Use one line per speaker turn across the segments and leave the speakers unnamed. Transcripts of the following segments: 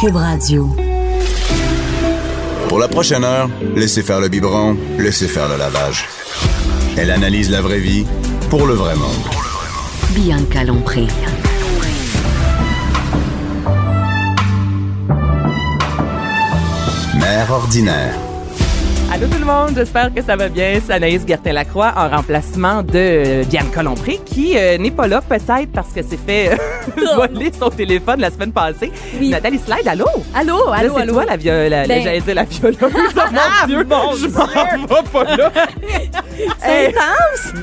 Cube Radio.
Pour la prochaine heure, laissez faire le biberon, laissez faire le lavage. Elle analyse la vraie vie pour le vrai monde.
Bianca Lompré.
Mère ordinaire.
Allô tout le monde, j'espère que ça va bien. C'est Anaïs Gertin-Lacroix en remplacement de euh, Bianca Lompré qui euh, n'est pas là peut-être parce que s'est fait euh, voler son téléphone la semaine passée.
Oh. Oui.
Nathalie Slide, allô?
Allô,
Là,
allô,
c'est
allô.
toi la viola, la-
Ben- Ah,
j'allais dire la violeuse. Oh, mon Dieu, je m'en vais pas là.
C'est
Hey.
intense.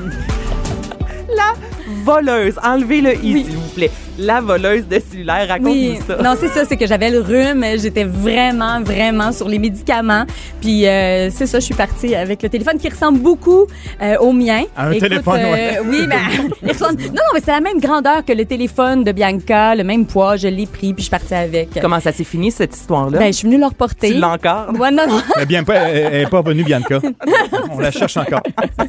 La voleuse, enlevez le i s'il vous plaît. La voleuse de cellulaire, raconte-nous
Oui.
Oh, ça.
Non, c'est ça, c'est que j'avais le rhume, j'étais vraiment, vraiment sur les médicaments. Puis euh, c'est ça, je suis partie avec le téléphone qui ressemble beaucoup euh, au mien.
À un téléphone, ouais.
Oui, ben, il ressemble- Non, non, mais c'est la même grandeur que le téléphone de Bianca, le même poids. Je l'ai pris, puis je suis partie avec.
Comment ça s'est fini cette histoire-là?
Ben, je suis venue le reporter.
tu l'as encore?
Ouais, non, non.
Eh bien, pas- elle n'est pas revenue, Bianca. On la cherche encore.
Ah,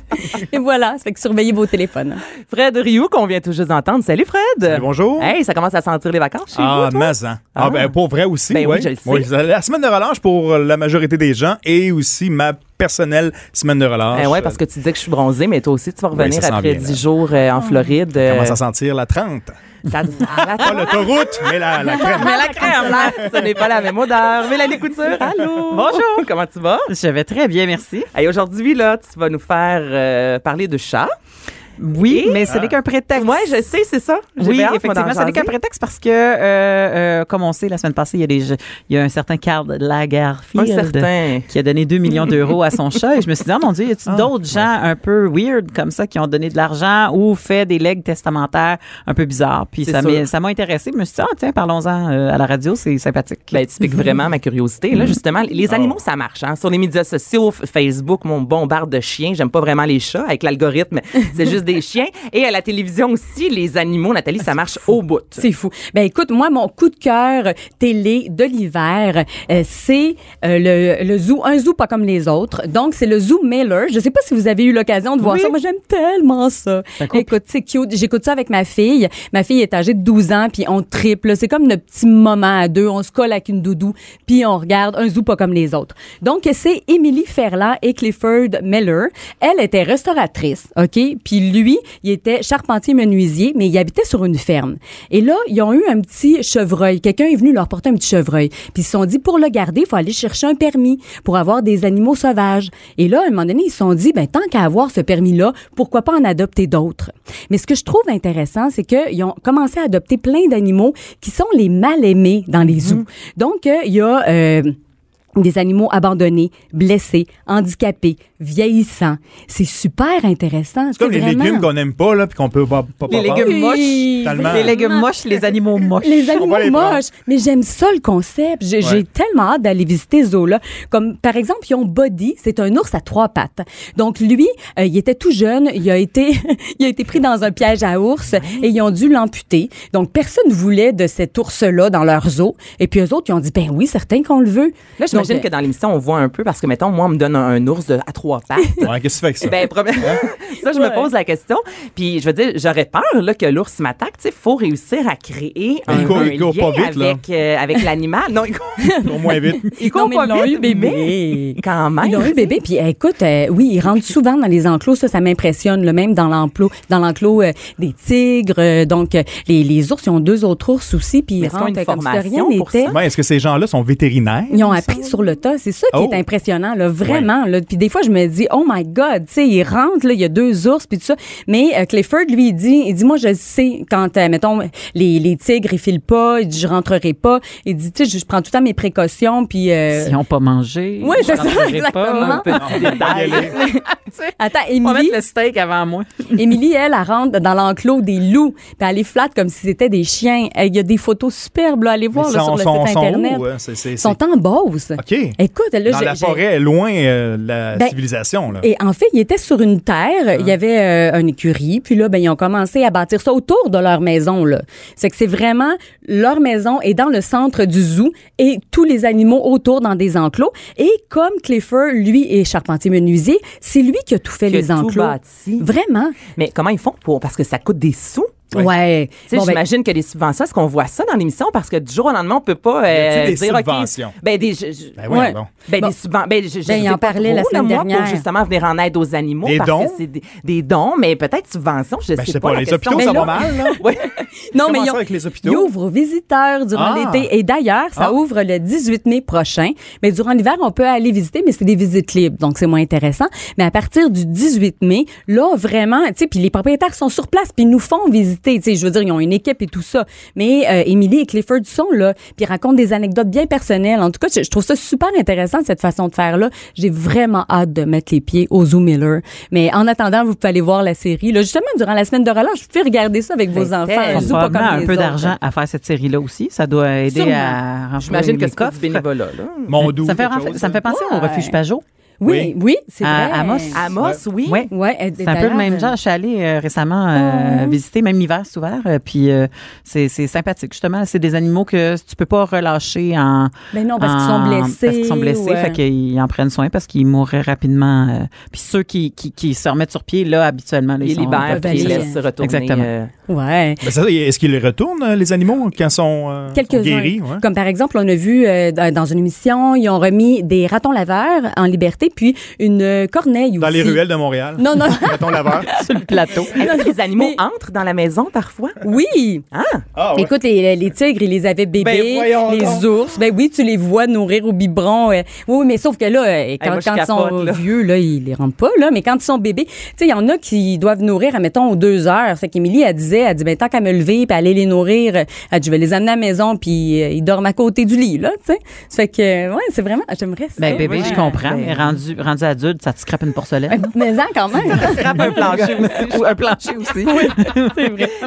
Et voilà, ça fait que surveillez vos téléphones.
Fred Rioux qu'on vient tout juste d'entendre. Salut Fred!
Salut, bonjour.
Hey, ça commence à sentir les vacances chez
Ah,
vous, toi?
Mazan. Ah,
Ah.
ben, pour vrai aussi.
Ben oui,
ouais.
je le sais.
c'est la semaine de relâche pour la majorité des gens et aussi ma personnelle semaine de relâche.
Eh ouais, parce que tu disais que je suis bronzée, mais toi aussi, tu vas revenir
Oui, ça s'en
après
vient,
10
là.
jours euh, en Floride.
Euh,
euh,
Commence à sentir la 30.
ça- Ah, la-
Pas l'autoroute, mais la, la crème.
Mais la crème, là, ce n'est pas la même odeur. Mélanie Couture, allô! Bonjour! Comment tu vas?
Je vais très bien, merci.
Et aujourd'hui, là, tu vas nous faire euh, parler de chat.
Oui,
Et- Ah.
mais ce n'est qu'un prétexte.
Ouais, je sais, c'est ça. J'ai
Oui,
bien hâte, moi, d'en
effectivement, ce n'est qu'un
jaser.
prétexte parce que, euh, euh, comme on sait, la semaine passée, il y a, des, je- il y a un certain Karl Lagerfield
Un certain.
qui a donné 2 millions d'euros à son chat. Et je me suis dit, oh mon Dieu, y a-t-il d'autres gens un peu weird comme ça qui ont donné de l'argent ou fait des legs testamentaires un peu bizarres? Puis
C'est
ça m'a
sûr.
ça m'a intéressé. Je me suis dit, ah tiens, parlons-en euh, à la radio, c'est sympathique.
Ben, tu piques vraiment ma curiosité. Là, justement, les animaux, ça marche. Hein? Sur les médias sociaux, F- Facebook, mon bombarde de chiens. J'aime pas vraiment les chats avec l'algorithme. C'est juste des chiens. Et à la télévision aussi, les animaux, Nathalie, ça marche au bout.
C'est fou. Ben écoute, moi, mon coup de cœur télé de l'hiver, euh, c'est euh, le, le zoo, un zoo pas comme les autres. Donc, c'est le zoo Miller. Je sais pas si vous avez eu l'occasion de voir ça. Moi, j'aime tellement ça. Écoute, c'est cute. J'écoute ça avec ma fille. Ma fille est âgée de 12 ans, puis on triple. C'est comme notre petit moment à deux. On se colle avec une doudou, puis on regarde un zoo pas comme les autres. Donc, c'est Émilie Ferland et Clifford Miller. Elle était restauratrice, OK? Puis lui, il était charpentier-menuisier, mais il habitait sur une ferme. Et là, ils ont eu un petit chevreuil. Quelqu'un est venu leur porter un petit chevreuil. Puis ils se sont dit, pour le garder, il faut aller chercher un permis pour avoir des animaux sauvages. Et là, à un moment donné, ils se sont dit, ben, tant qu'à avoir ce permis-là, pourquoi pas en adopter d'autres? Mais ce que je trouve intéressant, c'est qu'ils ont commencé à adopter plein d'animaux qui sont les mal-aimés dans
Mhm.
les zoos. Donc, euh, il y a... euh, des animaux abandonnés, blessés, handicapés, vieillissants. C'est super intéressant.
C'est comme les
vraiment-
légumes qu'on n'aime pas, là, puis qu'on peut pas, pas, pas
Les
voir.
légumes
Oui,
moches.
Tellement.
Les légumes moches, les animaux moches.
Les
On
animaux
va les prendre.
moches. Mais j'aime ça le concept. J'ai j'ai tellement hâte d'aller visiter ce zoo-là. Comme, par exemple, ils ont Buddy. C'est un ours à trois pattes. Donc, lui, euh, il était tout jeune. Il a été, il a été pris dans un piège à ours et ils ont dû l'amputer. Donc, personne voulait de cet ours-là dans leur zoo. Et puis, eux autres, ils ont dit, ben oui, certains qu'on le veut.
Là, j'imagine
Donc,
que dans l'émission, on voit un peu parce que, mettons, moi, on me donne un, un ours de- à trois pattes.
Ouais, qu'est-ce que tu fais avec ça?
Ben, première- ça, je me
Ouais.
pose la question. Puis, je veux dire, j'aurais peur là, que l'ours m'attaque. Tu sais, faut réussir à créer un,
Il court-
un
il court
lien
pas vite, là.
avec, euh, avec l'animal. Non, il court,
Au moins vite.
il
Non,
court
mais
pas
ils l'ont
vite,
eu bébé.
mais quand même.
Ils ont eu bébé, puis euh, écoute, euh, oui, ils rentrent souvent dans les enclos, ça, ça m'impressionne, le même dans l'enclos, dans l'enclos euh, des tigres, euh, donc euh, les, les ours, ils ont deux autres ours aussi, puis ils
Mais est-ce qu'on a
rentrent
une
euh, comme si de rien
formation pour
n'était.
ça?
Ouais, Est-ce que ces gens-là sont vétérinaires?
Ils ont appris sur le tas, c'est ça qui
Oh.
est impressionnant, là, vraiment. Là. Puis des fois, je me dis, oh my God, tu sais, ils rentrent, là, il y a deux ours, puis tout ça. Mais euh, Clifford, lui, il dit, il dit, moi, je sais quand, euh, mettons, les, les tigres, ils filent pas, il dit, je rentrerai pas. Il dit, tu sais, je, je prends tout le temps mes précautions, puis... euh,
S'ils n'ont pas mangé.
Oui,
je
c'est ça,
rentrerai
exactement.
Pas, un petit détail.
Attends,
On va
Émilie,
mettre le steak avant moi.
Émilie, elle, elle rentre dans l'enclos des loups, puis elle les flatte comme si c'était des chiens. Euh, Il y a des photos superbes, là, allez voir là, sur le
sont,
site
sont
Internet.
où, hein? C'est- c'est-
Ils sont en Beauce.
OK.
Écoute, là,
Dans
j'ai-
la
j'ai-
forêt, loin euh, la
Ben,
civilisation. Là.
Et en fait, ils étaient sur une terre, il y
Hein?
avait euh, une écurie, puis là, ben, ils ont commencé à bâtir ça autour de leur maison. Là. C'est que c'est vraiment leur maison est dans le centre du zoo et tous les animaux autour dans des enclos. Et comme Clifford, lui, est charpentier-menuisier, c'est lui qui a tout fait
Qui a
les
tout
enclos.
bâti.
Vraiment.
Mais comment ils font pour parce que ça coûte des sous
Ouais.
Tu sais,
Bon, ben,
J'imagine que les subventions, est-ce qu'on voit ça dans l'émission? Parce que du jour au lendemain, on peut pas
a-t-il
euh,
des
dire, OK,
subventions?
ben, des, je- je-
Ben voyons
Ouais.
donc.
Ben,
Bon.
des subven- ben, je, je
Ben, il
sais
en
pas
parlait
trop,
la semaine
là, moi,
dernière.
Pour justement venir en aide aux animaux.
Des
parce
dons?
Que c'est des, des dons, mais peut-être subventions, je
Ben,
sais pas. la
les
question.
hôpitaux,
Mais
ça
là-
va mal, là.
Ouais.
Non,
Comment
mais ils,
ça
ont-
avec les hôpitaux?
ils ouvrent aux visiteurs durant
Ah.
l'été. Et d'ailleurs, ça
Ah.
ouvre le 18 mai prochain. Mais durant l'hiver, on peut aller visiter, mais c'est des visites libres, donc c'est moins intéressant. Mais à partir du 18 mai, là, vraiment, tu sais, puis les propriétaires sont sur place, puis ils nous font visiter. Tu sais, je veux dire, ils ont une équipe et tout ça. Mais euh, Émilie et Clifford sont là, puis ils racontent des anecdotes bien personnelles. En tout cas, je, je trouve ça super intéressant, cette façon de faire-là. J'ai vraiment hâte de mettre les pieds au Zoo Miller. Mais en attendant, vous pouvez aller voir la série. Là, justement, durant la semaine de relâche, vous pouvez regarder ça avec vos
Fait
enfants.
tellement.
un zoo pas comme
Probablement un
les
peu
autres.
d'argent à faire cette série-là aussi. Ça doit aider
Sûrement.
à remplir
J'imagine que
les
c'est pas du
coffres.
bénévolat, là.
Mon doux.
Ça me fait,
quelque
ren-
chose, hein.
ça me fait penser au
Ouais.
refuge Pajot.
Oui, oui, c'est
À-
vrai.
Amos.
Amos, oui.
Ouais.
Ouais, et-
C'est un peu
d'ailleurs,
le même genre. Je suis allée euh, récemment euh, visiter, même l'hiver, c'est ouvert. euh, puis euh, c'est c'est sympathique, justement. C'est des animaux que tu peux pas relâcher en.
Ben non, parce qu'ils sont
en-
blessés,
Ah,
euh,
Parce qu'ils sont blessés.
ouais.
Fait qu'ils en prennent soin parce qu'ils mourraient rapidement. euh. puis ceux qui, qui, qui se remettent sur pied, là, habituellement, là, ils,
Ils
sont
libèrent,
ben,
puis ils
les-
laissent se retourner.
Exactement.
euh,
Ouais.
Ben, ça, Est-ce qu'ils les retournent, euh, les animaux, quand ils sont, euh, sont
Quelques-uns.
guéris? ouais?
Comme par exemple, on a vu euh, d- dans une émission, ils ont remis des ratons laveurs en liberté, puis une euh, corneille
Dans
aussi.
les ruelles de Montréal.
Non, non.
Mettons laveur.
sur le plateau.
Est-ce que les animaux
Mais-
entrent dans la maison parfois?
Oui.
Ah, ouais.
Écoute, les, les tigres, ils les avaient bébés,
Ben, voyons
les
donc.
ours. Ben oui, tu les vois nourrir au biberon. euh. Oui, oui, mais sauf que là, euh, quand,
moi, je
quand ils
capote,
sont
là.
vieux, là, ils les rendent pas, là. Mais quand ils sont bébés, tu sais, il y en a qui doivent nourrir, admettons, aux deux heures. Fait qu'Émilie, elle disait, elle dit, ben, tant qu'à me lever puis aller les nourrir, euh, elle dit, je vais les amener à la maison puis euh, ils dorment à côté du lit, là, tu sais. Ça fait que, euh, ouais, c'est vraiment, j'aimerais ça.
Ben, bébé,
Ouais.
je comprends.
Ben-
Mais rendu, rendu adulte, ça te scrape une porcelaine.
Mais ça, quand même.
Scrape un plancher aussi. Ou un plancher aussi.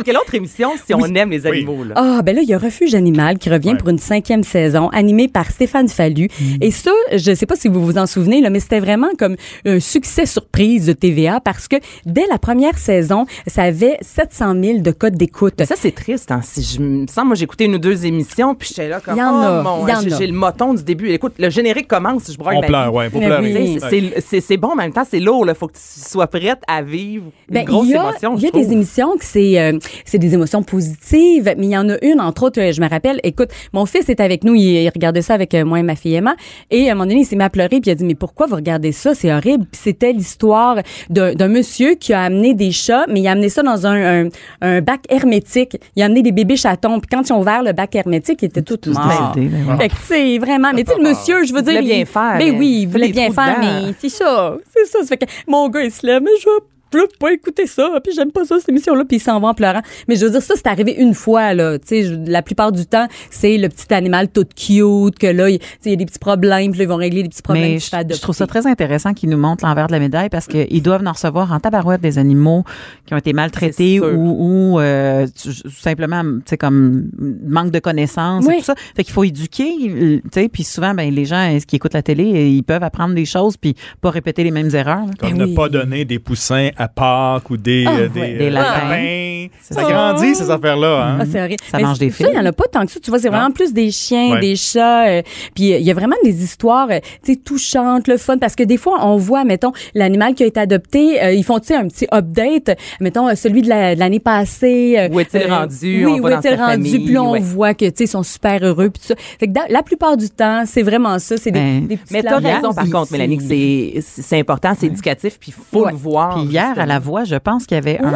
Quelle autre émission si on aime les animaux, là?
Ah, ben là, il y a Refuge Animal qui revient
Ouais.
pour une cinquième saison, animée par Stéphane Fallu. Et ça, je sais pas si vous vous en souvenez, là, mais c'était vraiment comme un succès surprise de TVA parce que dès la première saison, ça avait 700 000 de codes d'écoute.
Mais ça, c'est triste. Hein. Si je me sens, moi, j'ai écouté une ou deux émissions, puis j'étais là comme,
Il y en
oh
a,
mon,
il y en
j'ai-
a.
j'ai le moton du début. Écoute, le générique commence, je broye
On
ma
pleure,
vie.
ouais, pour
Mais
pleurer.
oui.
C'est- c'est- C'est c'est bon, mais en même temps, c'est lourd. Il faut que tu sois prête à vivre une
Ben,
grosse
il y a,
émotion.
il
je
y a des
trouve.
émissions que c'est euh, c'est des émotions positives, mais il y en a une entre autres, euh, je me rappelle, écoute, mon fils est avec nous, il, il regardait ça avec euh, moi et ma fille Emma et à un moment donné, il s'est mis à pleurer puis il a dit mais pourquoi vous regardez ça, c'est horrible. Puis c'était l'histoire d'un d'un monsieur qui a amené des chats, mais il a amené ça dans un, un, un bac hermétique. Il a amené des bébés chatons, puis quand ils ont ouvert le bac hermétique, ils étaient tous morts.
décédés, ben oui.
Fait que c'est vraiment, mais tu sais le monsieur, je veux
voulait
dire,
bien faire,
Ben
mais
oui,
il
il voulait
fait des
bien
trous
faire,
dedans.
mais c'est ça, c'est ça. Ça fait que mon gars, il se lève, mais je veux- je veux pas écouter ça, puis j'aime pas ça, cette émission-là, puis il s'en va en pleurant. Mais je veux dire, ça, c'est arrivé une fois, là. Tu sais, je- la plupart du temps, c'est le petit animal tout cute, que là, il tu sais, il y a des petits problèmes, puis là, ils vont régler les petits problèmes.
Mais
puis
je,
se faire
je
adopter.
trouve ça très intéressant qu'ils nous montrent l'envers de la médaille parce qu'ils doivent en recevoir en tabarouette des animaux qui ont été maltraités
C'est sûr.
ou, ou, euh, tu- tout simplement, tu sais, comme manque de connaissances
Oui.
et tout ça. Fait qu'il faut éduquer, il- tu sais, puis souvent, ben, les gens euh, qui écoutent la télé, euh, ils peuvent apprendre des choses puis pas répéter les mêmes erreurs. là.
Comme
Ben
ne
oui.
pas donner des poussins à Pâques ou des, euh, des,
ouais.
euh,
Des lapins.
Ça grandit, ces affaires-là. Hein?
Mm-hmm.
Ah, c'est horrible.
Ça
Mais
mange des
Ça, il n'y en
fils.
a pas tant que ça. Tu vois, c'est
Non.
vraiment plus des chiens,
Ouais.
des chats. euh, puis euh, il y a vraiment des histoires, euh, tu sais, touchantes, le fun. Parce que des fois, on voit, mettons, l'animal qui a été adopté, euh, ils font, tu sais, un petit update. Mettons, euh, celui de la- de l'année passée. euh,
Où est-il rendu? On
Oui,
va
où
dans sa
est-il rendu?
famille,
Puis là, on
ouais.
voit que, tu sais, ils sont super heureux. Puis tout ça. Fait que dans- la plupart du temps, c'est vraiment ça. C'est des,
Ben,
des petits
Mais t'as
larmes.
raison, par contre, Mélanie, que c'est- c'est important, c'est éducatif, puis il faut
Ouais.
le voir.
Puis hier, à
justement.
la voix, je pense qu'il y avait un...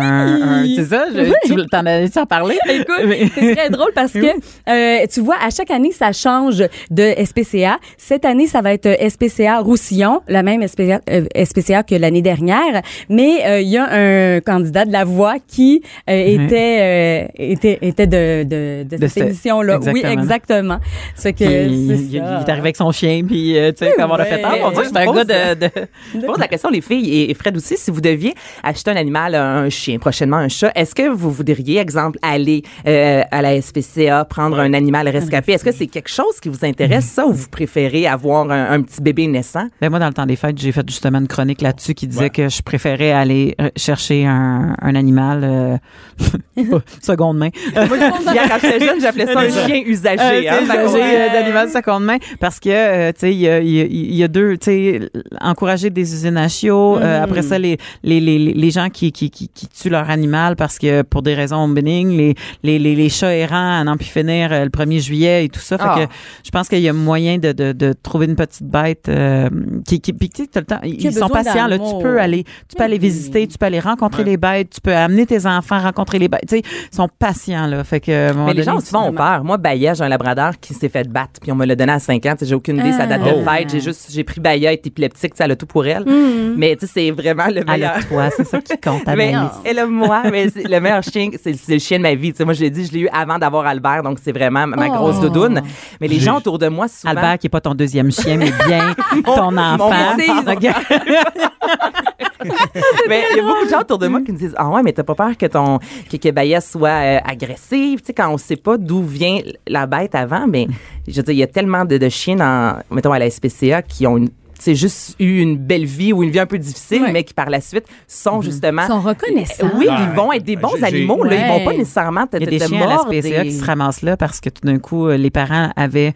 un- C'est ça? Je, tu T'en avais-tu à parler?
Écoute, c'est très drôle parce que euh, tu vois, à chaque année, ça change de SPCA. Cette année, ça va être euh, SPCA Roussillon, la même SPCA, euh, SPCA que l'année dernière. Mais euh, il y a un candidat de la voix qui euh, était, euh, était était de, de, de,
De
cette
cette-
édition-là. Oui,
exactement.
exactement. Ce que
Puis
c'est
il, il- il est
ça.
arrivé avec son chien, puis euh, tu sais,
Oui,
comme on a
ouais.
fait, ah mon Dieu, c'est un
Pause.
gars de- de,
Je pose la question, les filles, et- et Fred aussi, si vous deviez acheter un animal, un chien, prochainement un chat, est-ce que vous voudriez, exemple, aller euh, à la SPCA, prendre un animal rescapé? Est-ce que c'est quelque chose qui vous intéresse, ça, ou vous préférez avoir un, un petit bébé naissant?
Ben moi, dans le temps des fêtes, j'ai fait justement une chronique là-dessus qui disait que je préférais aller euh, chercher un, un animal euh, pas- seconde main. Euh,
Moi, hier, quand j'étais jeune, j'appelais ça un chien usagé. hein,
tu sais,
fait qu'on-
Euh, j'ai, euh, d'animal seconde main parce que euh, tu
Mm.
sais il y a, il y a- il y a deux tu sais encourager des usines à chiots euh, après ça les les, les les, les- les gens qui, qui, qui, qui tuent leur animal parce que pour des raisons bénignes, les, les, les, les chats errants à n'en plus finir euh, le 1er juillet et tout ça. Fait
Ah.
que je pense qu'il y a moyen de, de, de trouver une petite bête euh, qui, qui puis tu sais, t'as le temps, ils
a
ils sont
besoin
patients là, tu
d'amour.
peux aller tu peux aller visiter, tu peux aller rencontrer les bêtes, tu peux amener tes enfants rencontrer les bêtes, tu sais, ils sont patients là. Fait que à un moment
Mais les
donné,
gens souvent ont peur. Moi, Baya, j'ai un labrador qui s'est fait battre, puis on me l'a donné à 5 ans. Tu sais, J'ai aucune idée, ça date de
Ah.
fête. J'ai juste, j'ai pris Baya, elle est épileptique, ça a le tout pour elle. Mais tu sais, c'est vraiment le
à
meilleur.
la toi, c'est ça qui compte à
Mais
Anaïs.
elle a moi, mais c'est le meilleur chien, c'est c'est le chien de ma vie. Tu sais, moi, je l'ai dit, je l'ai eu avant d'avoir Albert, donc c'est vraiment ma ma grosse doudoune. Mais les gens autour de moi, souvent.
Oh. Albert, qui n'est pas ton deuxième chien, mais bien ton enfant.
précise.
Regarde.
mais il y a beaucoup de gens autour de moi qui me disent Ah ouais, mais t'as pas peur que ton que, que Baïa soit euh, agressive, tu sais, quand on sait pas d'où vient la bête avant, mais je veux dire, il y a tellement de, de chiens dans, mettons, à la SPCA qui ont une tu sais, juste eu une belle vie ou une vie un peu difficile,
Ouais.
mais qui par la suite sont
Mhm.
justement.
Ils sont reconnaissants.
Oui,
Ah,
ils vont être des bons
j'ai- j'ai-
animaux. Là. Ils
Ouais.
vont pas nécessairement te,
Il y a
te-
des
te
chiens à la
mordre
SPCA
des-
qui se ramassent là parce que tout d'un coup, euh, les parents avaient...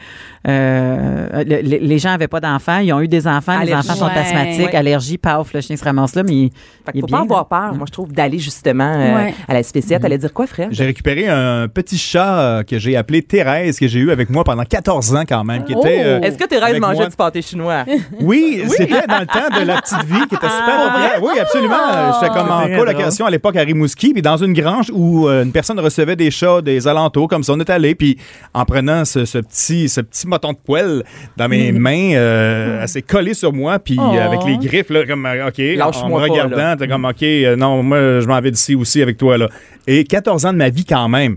euh, le- le- les gens n'avaient pas d'enfants. Ils ont eu des enfants. Les
Allergie.
enfants sont
Ouais.
asthmatiques,
Ouais.
allergies, paf, le chien se ramasse là, mais
Fait
il, il
qu'il
est
faut
bien.
pas
là. Mm-hmm.
avoir peur, moi, je trouve, d'aller justement euh,
Ouais.
à la SPCA. T'allais dire quoi, frère?
J'ai récupéré un petit chat euh, que j'ai appelé Thérèse, que j'ai eu avec moi pendant 14 ans quand même, qui
Oh!
était... euh,
Est-ce que Thérèse
avec
mangeait
moi.
du pâté chinois?
Oui, c'était dans le temps de la petite vie qui était super vrai. Oui, absolument. Euh, J'étais comme en
C'était
colocation à l'époque à Rimouski, puis dans une grange où euh, une personne recevait des chats des alentours, comme ça, on est allé, puis en prenant ce, ce petit ce petit moton de poêle dans mes mains, euh, elle s'est collée sur moi, puis
Oh.
avec les griffes, là, comme, euh, OK, en me
Lâche-moi pas,
regardant,
là.
t'es comme, OK, euh, non, moi, je m'en vais d'ici aussi avec toi, là. Et 14 ans de ma vie quand même.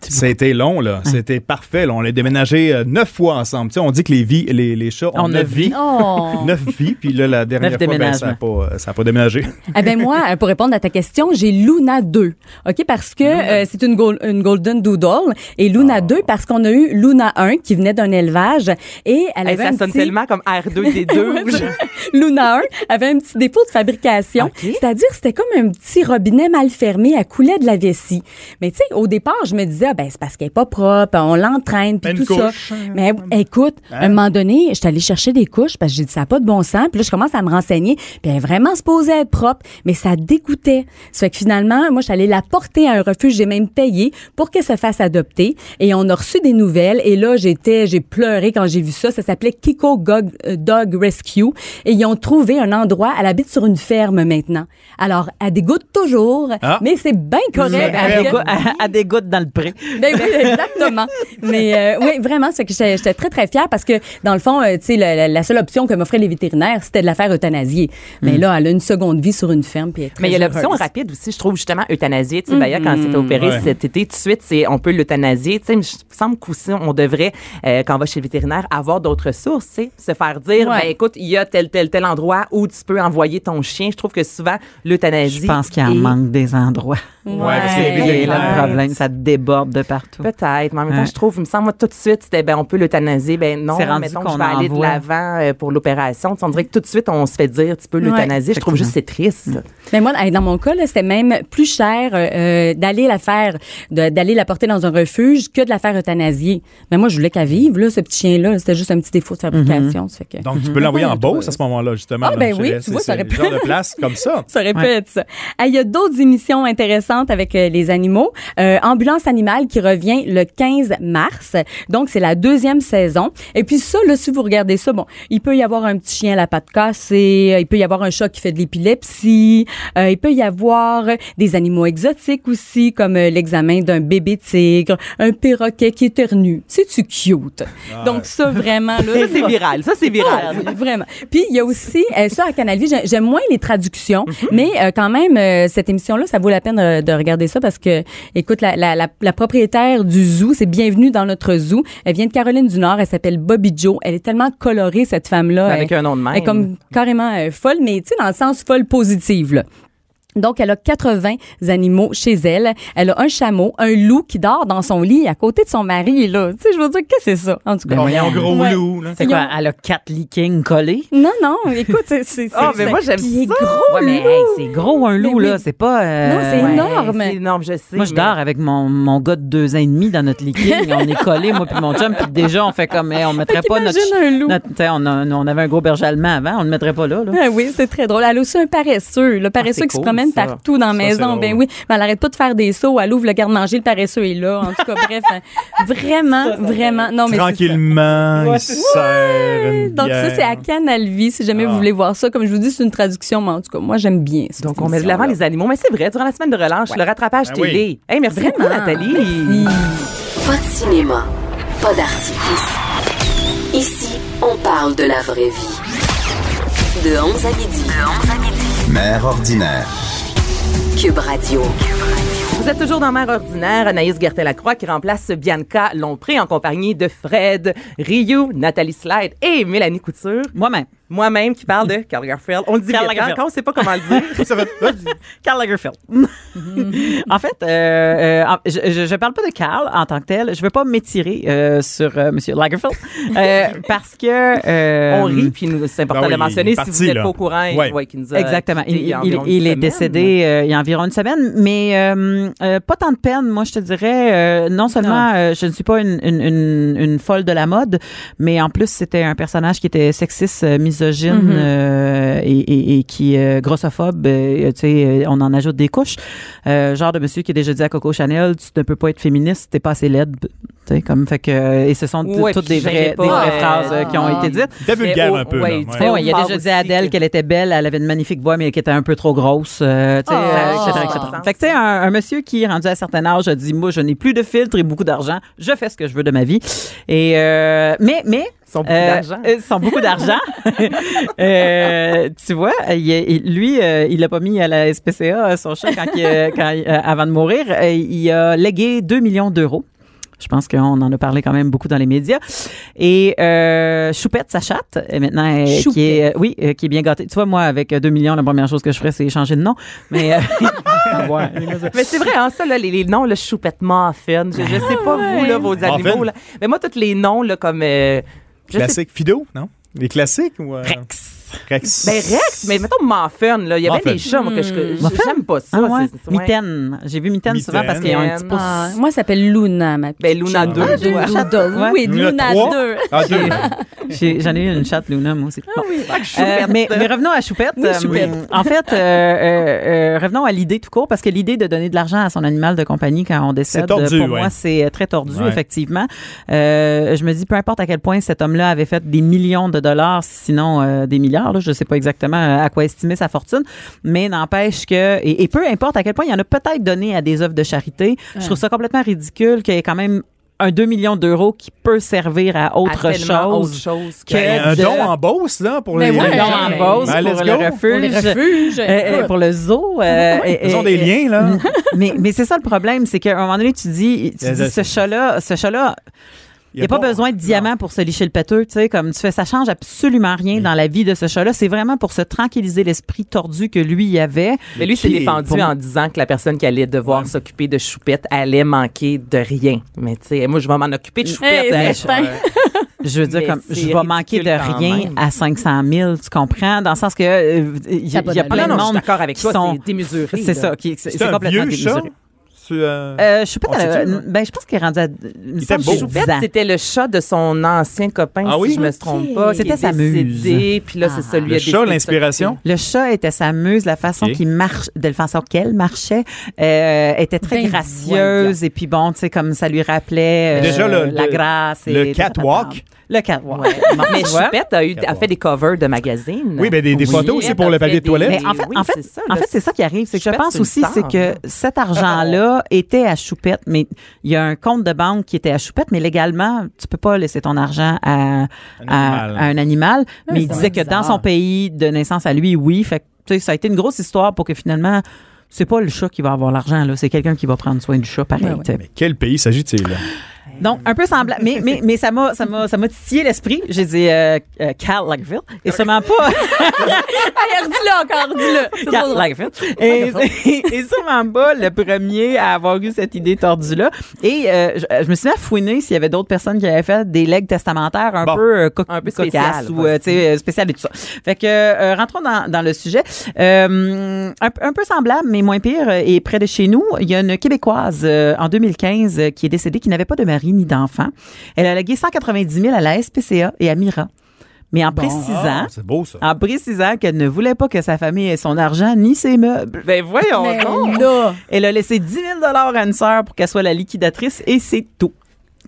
C'était long, là. C'était parfait. là. On l'a déménagé euh, neuf fois ensemble. Tu sais, on dit que les, vies, les, les chats ont
On
neuf
a vu.
vies.
Oh.
Neuf vies, puis là, la dernière
Neuf
fois, ben, ça n'a pas, euh, ça a pas déménagé.
Eh ben moi, euh, pour répondre à ta question, j'ai Luna 2. OK parce que euh, c'est une, gol- une golden doodle et Luna
Oh.
2 parce qu'on a eu Luna 1 qui venait d'un élevage et elle
Hey,
avait
ça
un
sonne
petit-
tellement comme R2D2.
Ouais, c'est- Luna 1 avait un petit défaut de fabrication. C'est-à-dire, c'était comme un petit robinet mal fermé, elle coulait de la vessie. Mais tu sais, au départ, je me disais, ah, ben, c'est parce qu'elle est pas propre, on l'entraîne, puis
Ben,
Une
tout
couche.
ça.
hein,
Mais écoute, à un moment donné, je suis allée chercher des couches parce que j'ai dit, ça n'a pas de bon sens. Puis là, je commence à me renseigner. Puis elle est vraiment supposée être propre, mais ça dégoûtait. Ça fait que finalement, moi, je suis allée la porter à un refuge. J'ai même payé pour qu'elle se fasse adopter. Et on a reçu des nouvelles. Et là, j'étais, j'ai pleuré quand j'ai vu ça. Ça s'appelait Kiko Gog- euh, Dog Rescue. Et ils ont trouvé un endroit. Elle habite sur une ferme maintenant. Alors, elle dégoûte toujours,
Ah.
mais c'est bien correct.
À
Elle-
des, gouttes- à- à des gouttes dans le pré.
ben oui, exactement. Mais euh, oui, vraiment, c'est que j'étais j'étais très, très fière parce que, dans le fond, euh, tu sais, la, la- la seule option que m'offraient les vétérinaires, c'était de la faire euthanasier.
Mm.
Mais là, elle a une seconde vie sur une ferme, puis elle est très
Mais il y a l'option
heureuse.
rapide aussi, je trouve, justement, euthanasier. Tu sais, Baya, quand elle s'est
Mm-hmm.
opérée
Ouais.
cet été, tout de suite, c'est, on peut l'euthanasier. Tu sais, mais je- il me semble qu'aussi, on devrait, euh, quand on va chez le vétérinaire, avoir d'autres ressources, tu sais, se faire dire,
Ouais.
ben, écoute, il y a tel, tel, tel endroit où tu peux envoyer ton chien. Je trouve que souvent, l'euthanasie.
Je pense qu'il en
est-
manque des endroits.
Ouais, parce que les
C'est
vétérinaires-
là le problème, ça déborde de partout.
Peut-être, mais en même temps,
Ouais.
je trouve, il me semble, moi, tout de suite, c'était, ben, on peut l'euthanasier. Ben, non,
C'est rendu
mettons,
qu'on
je vais aller de
envoie.
l'avant euh, pour l'opération. Tu sais, on dirait que tout de suite, on se fait dire, tu peux l'euthanasier. je trouve juste, que c'est triste.
Mais moi, dans mon cas, là, c'était même plus cher euh, d'aller la faire, de- d'aller la porter dans un refuge que de la faire euthanasier. Mais moi, je voulais qu'elle vive, là, ce petit chien-là. C'était juste un petit défaut de
Mm-hmm.
fabrication. ça fait que...
Donc, tu peux l'envoyer en
Ouais,
Beauce
ouais.
à ce moment-là, justement.
Mhm. Ah,
là.
ben
Je
oui,
dirais,
tu
c'est-
vois, ça
c'est
aurait
le
pu-
genre de place comme ça.
Ça répète ça. Ah, Il y a d'autres émissions intéressantes avec euh, les animaux. Euh, Ambulance animale qui revient le 15 mars. Donc, c'est la deuxième saison. Et puis ça, là, si vous regardez ça, bon, il peut y avoir un petit chien à la patte cassée, euh, il peut y avoir un chat qui fait de l'épilepsie, euh, il peut y avoir euh, des animaux exotiques aussi, comme euh, l'examen d'un bébé tigre, un perroquet qui éternue. C'est-tu cute? Donc ça, vraiment, là...
Ça, c'est viral. Ça, c'est viral.
Ah, vraiment. Puis il y a aussi euh, ça à Canal Vie, j'ai- j'aime moins les traductions,
Mhm.
mais euh, quand même euh, cette émission là, ça vaut la peine euh, de regarder ça parce que écoute la, la, la, la propriétaire du zoo, c'est bienvenue dans notre zoo. Elle vient de Caroline du Nord, elle s'appelle Bobby Joe. Elle est tellement colorée cette femme là,
Ben, Avec un nom de même.
Elle est comme carrément euh, folle, mais tu sais dans le sens folle positive là. Donc, elle a 80 animaux chez elle. Elle a un chameau, un loup qui dort dans son lit à côté de son mari. Là. Tu sais, je veux dire, qu'est-ce que c'est ça? En tout cas.
Ben voyons,
gros
Ouais.
loup, là.
C'est quoi? Elle a quatre leakings collés?
Non, non, écoute, c'est... c'est-
Ah,
c'est-
mais moi, j'aime
Puis il est
ça.
gros,
Ouais, mais
loup.
hey, c'est gros un loup,
Mais
là.
oui.
C'est pas. euh,
Non, c'est
ouais.
énorme.
C'est énorme, je sais.
Moi, je
mais-
dors avec mon, mon gars de deux ans et demi dans notre leaking. on est collés, moi puis mon chum, puis déjà, on fait comme, hey, on mettrait
Fait
pas notre.
qu'imagine un loup.
notre- tu sais, on, a- on avait un gros berger allemand avant, on le mettrait pas là. là.
Ah oui, c'est très drôle. Elle a aussi un paresseux, le paresseux
c'est
qui
cool,
se promène
ça.
partout dans la maison.
drôle.
Ben oui, mais elle arrête pas de faire des sauts. Elle ouvre le garde-manger, le paresseux est là. En tout cas, bref, hein. vraiment, vraiment. Non, mais c'est ça.
Tranquillement, il se serre une
Donc ça,
bière.
c'est à Canal Vie, si jamais vous voulez voir ça. Comme je vous dis, c'est une traduction, mais en tout cas, moi, j'aime bien ça.
Donc, on met de l'avant les animaux. Mais c'est vrai, durant la semaine de relâche, le rattrapage
Ben oui.
télé. Hey, merci beaucoup, Nathalie.
Pas de cinéma, pas d'artifice. Ici, on parle de la vraie vie. De 11 à midi. De 11 à midi.
Mère ordinaire.
Cube Radio.
Vous êtes toujours dans Mère ordinaire. Anaïs Gertin-Lacroix qui remplace Bianca Lompré en compagnie de Fred Ryu, Nathalie Slide et Mélanie Couture.
Moi-même.
Moi-même qui parle de Karl Lagerfeld. On le dit
Karl
vite, hein,
Lagerfeld.
quand on sait pas comment le dire.
Ça fait- là, je-
Karl Lagerfeld.
Mm-hmm.
en fait, euh, euh, en- je, je, je parle pas de Karl en tant que tel. Je veux pas m'étirer euh, sur euh, Monsieur Lagerfeld euh, parce que euh,
on rit, puis nous- c'est important
Ben oui,
de le mentionner
il est
si vous
parti,
n'êtes
là.
pas au courant.
Ouais.
qui nous a
Exactement. Il,
quittés il y a
il-
environ
il
une
est
semaine.
décédé euh, il y a environ une semaine, mais euh, euh, pas tant de peine, moi, je te dirais. euh, non seulement euh, je ne suis pas une, une- une- une folle de la mode, mais en plus, c'était un personnage qui était sexiste, euh, misogyne
Mm-hmm.
euh, et, et- et qui euh, grossophobe. euh, tu sais, euh, on en ajoute des couches. Euh, genre de monsieur qui a déjà dit à Coco Chanel, tu ne peux pas être féministe, t'es pas assez laide. Tu sais, comme, fait que, euh, et ce sont t-
Ouais,
toutes
puis
des
je
vraies,
gênais pas,
des vraies
euh,
phrases euh, qui ont
ah.
été dites.
T'es vulgaire
Mais
un
Oh,
au-
peu.
ouais,
là,
tu
ouais.
fais-
Ouais, ouais, il a
Phare
déjà dit
aussi
à Adèle
que-
qu'elle était belle, elle avait une magnifique voix, mais qu'elle était un peu trop grosse, euh, tu sais, euh,
Ah, ça
etc.,
a
etc.
du sens,
Fait que, tu sais, un, un monsieur qui, rendu à un certain âge, a dit, moi, je n'ai plus de filtre et beaucoup d'argent, je fais ce que je veux de ma vie. Et, euh, mais, mais...
Son beaucoup d'argent.
euh, son beaucoup d'argent. Euh, tu vois, il est- il- lui, euh, il l'a pas mis à la SPCA, euh, son chat, quand il, euh, quand il- euh, avant de mourir. Euh, il a légué 2 millions d'euros. Je pense qu'on en a parlé quand même beaucoup dans les médias. Et euh, Choupette, sa chatte, euh, maintenant, euh, qui est, euh, oui, euh, qui est bien gâtée. Tu vois, moi, avec euh, 2 millions, la première chose que je ferais, c'est changer de nom. Mais, euh, ouais.
Ah Mais c'est vrai, hein, ça, là, les, les noms, le choupette muffin, je, je sais pas vous, là, vos
Muffin.
animaux. Là. Mais moi, tous les noms, là, comme. euh, je sais-
Classique. Fido, non? Les classiques ou. euh,
Rex.
Rex.
ben, Rex, mais mettons muffin, là. Il y avait
Muffin.
des chats, moi, que je. que-
Muffin?
J'aime pas ça.
Ah ouais.
c'est- c'est- Hmm. ouais.
Mitaine. J'ai vu Mitaine, souvent parce qu'ils ont un petit pouce.
Ah, moi, ça s'appelle Luna, ma petite
Ben, Luna
chatte.
deux.
Ah, j'ai une
Ouais.
Luna, oui,
Luna
Luna
trois.
2.
Ah, deux.
J'ai- J'en ai eu une chatte, Luna, moi aussi. Bon. Euh, mais, mais revenons à Choupette.
Oui, Choupette.
Euh, en fait, euh, euh, euh, revenons à l'idée tout court, parce que l'idée de donner de l'argent à son animal de compagnie quand on décède,
C'est tordu,
euh, pour
ouais.
moi, c'est très tordu,
Ouais.
effectivement. Euh, je me dis, peu importe à quel point cet homme-là avait fait des millions de dollars, sinon euh, des milliards, là, je ne sais pas exactement euh, à quoi estimer sa fortune, mais n'empêche que, et, et peu importe à quel point il y en a peut-être donné à des œuvres de charité, je trouve ça complètement ridicule qu'il y ait quand même un 2 millions d'euros qui peut servir à
À
autre
Ah, tellement
chose
Autre chose que.
Ben, un
de-
don en Beauce, là, pour
Ben
les.
ouais,
les
un don
gens.
en
Beauce
Ben,
pour
let's
le
go.
refuge.
Les refuges.
Euh, euh, pour le zoo. euh, et-
Ils ont
et-
des
et-
liens, hein. là.
Mais, mais c'est ça le problème, c'est qu'à un moment donné, tu dis, tu
Euh,
dis, ce chat-là, ce chat-là, il n'y a pas besoin de diamants pour se licher le pâteux, tu sais, comme tu fais, ça change absolument rien
Mm.
dans la vie de ce chat-là. C'est vraiment pour se tranquilliser l'esprit tordu que lui y avait.
Mais lui, s'est
Qui est-
défendu
pour-
en disant que la personne qui allait devoir s'occuper de Choupette allait manquer de rien. Mais tu sais, moi, je vais m'en occuper de Choupette.
Hey,
hein.
Eh, certain.
Je veux dire,
Mais
comme,
c'est
je vais manquer de
ridicule quand
rien
même.
à 500 000, tu comprends? Dans le sens que, euh, il y,
Ça
a-
a pas
il y a
d'allure.
plein
Ah non, non,
de
je suis
monde.
d'accord avec
qui
toi,
sont-
c'est démesuré, là.
C'est ça, qui, c'est,
C'est
c'est
un
complètement
vieux chat.
démesuré.
C'est, euh,
Euh, Choupette,
On
elle a-
sait-tu, hein?
ben, je pense qu'elle est rendue à. Il me
était
semble
beau.
que j'ai
Choupette,
10 ans.
c'était le chat de son ancien copain,
Ah
si
oui?
je me trompe pas. qui
C'était
est
sa muse. Ah.
décédé, Puis là, c'est celui
Le
a décidé
chat,
de
l'inspiration.
Le chat était sa muse, la façon
Ok.
qu'il marche, de la façon qu'elle marchait, euh, était très
Ben,
gracieuse et puis bon, tu sais comme ça lui rappelait euh,
Déjà, le-
la
le-
grâce et
le catwalk.
Le catwalk.
Mais
Tu vois?
Choupette a, eu, a fait des covers de magazines.
Oui, ben, des- des photos aussi pour le papier de toilette.
Mais en fait,
Oui,
en fait,
c'est ça,
en
là,
fait, c'est ça qui arrive. C'est que je
Choupette,
pense
c'est une
aussi, c'est
star.
que cet argent-là était à Choupette, mais il y a un compte de banque qui était à Choupette, mais légalement, tu peux pas laisser ton argent à à-
Un
à un,
animal.
animal. Mais, il
c'est
disait que dans
bizarre.
son pays de naissance à lui, oui. Fait que, tu sais, ça a été une grosse histoire pour que finalement, c'est pas le chat qui va avoir l'argent, là. C'est quelqu'un qui va prendre soin du chat, pareil. tu sais.
Mais quel pays s'agit-il? là?
Donc, un peu semblable. Mais, mais, mais ça m'a, ça m'a, ça m'a titillé l'esprit. J'ai dit euh, euh, Carl Lagerfeld. Et sûrement pas.
Allez, redis-le encore, dis-le. C'est
Carl
trop drôle.
Lagerfeld. Et, et, et sûrement pas le premier à avoir eu cette idée tordue-là. Et euh, je, je me suis mis à fouiner s'il y avait d'autres personnes qui avaient fait des legs testamentaires un
Bon.
peu, euh, co-
Un peu
cocasses
spéciales,
ou
ouais.
euh, tu sais, euh, spéciales et tout ça. Fait que euh, rentrons dans, dans le sujet. Euh, un, un peu semblable, mais moins pire. euh, Et près de chez nous, il y a une Québécoise euh, en 2015 euh, qui est décédée, qui n'avait pas de mari ni d'enfant. Elle a légué 190 000 à la SPCA et à Mira. Mais en précisant,
Ah, C'est beau, ça.
en précisant qu'elle ne voulait pas que sa famille ait son argent ni ses meubles. Ben voyons
Mais
donc.
là,
Elle a laissé 10 000 à une sœur pour qu'elle soit la liquidatrimes et c'est tout.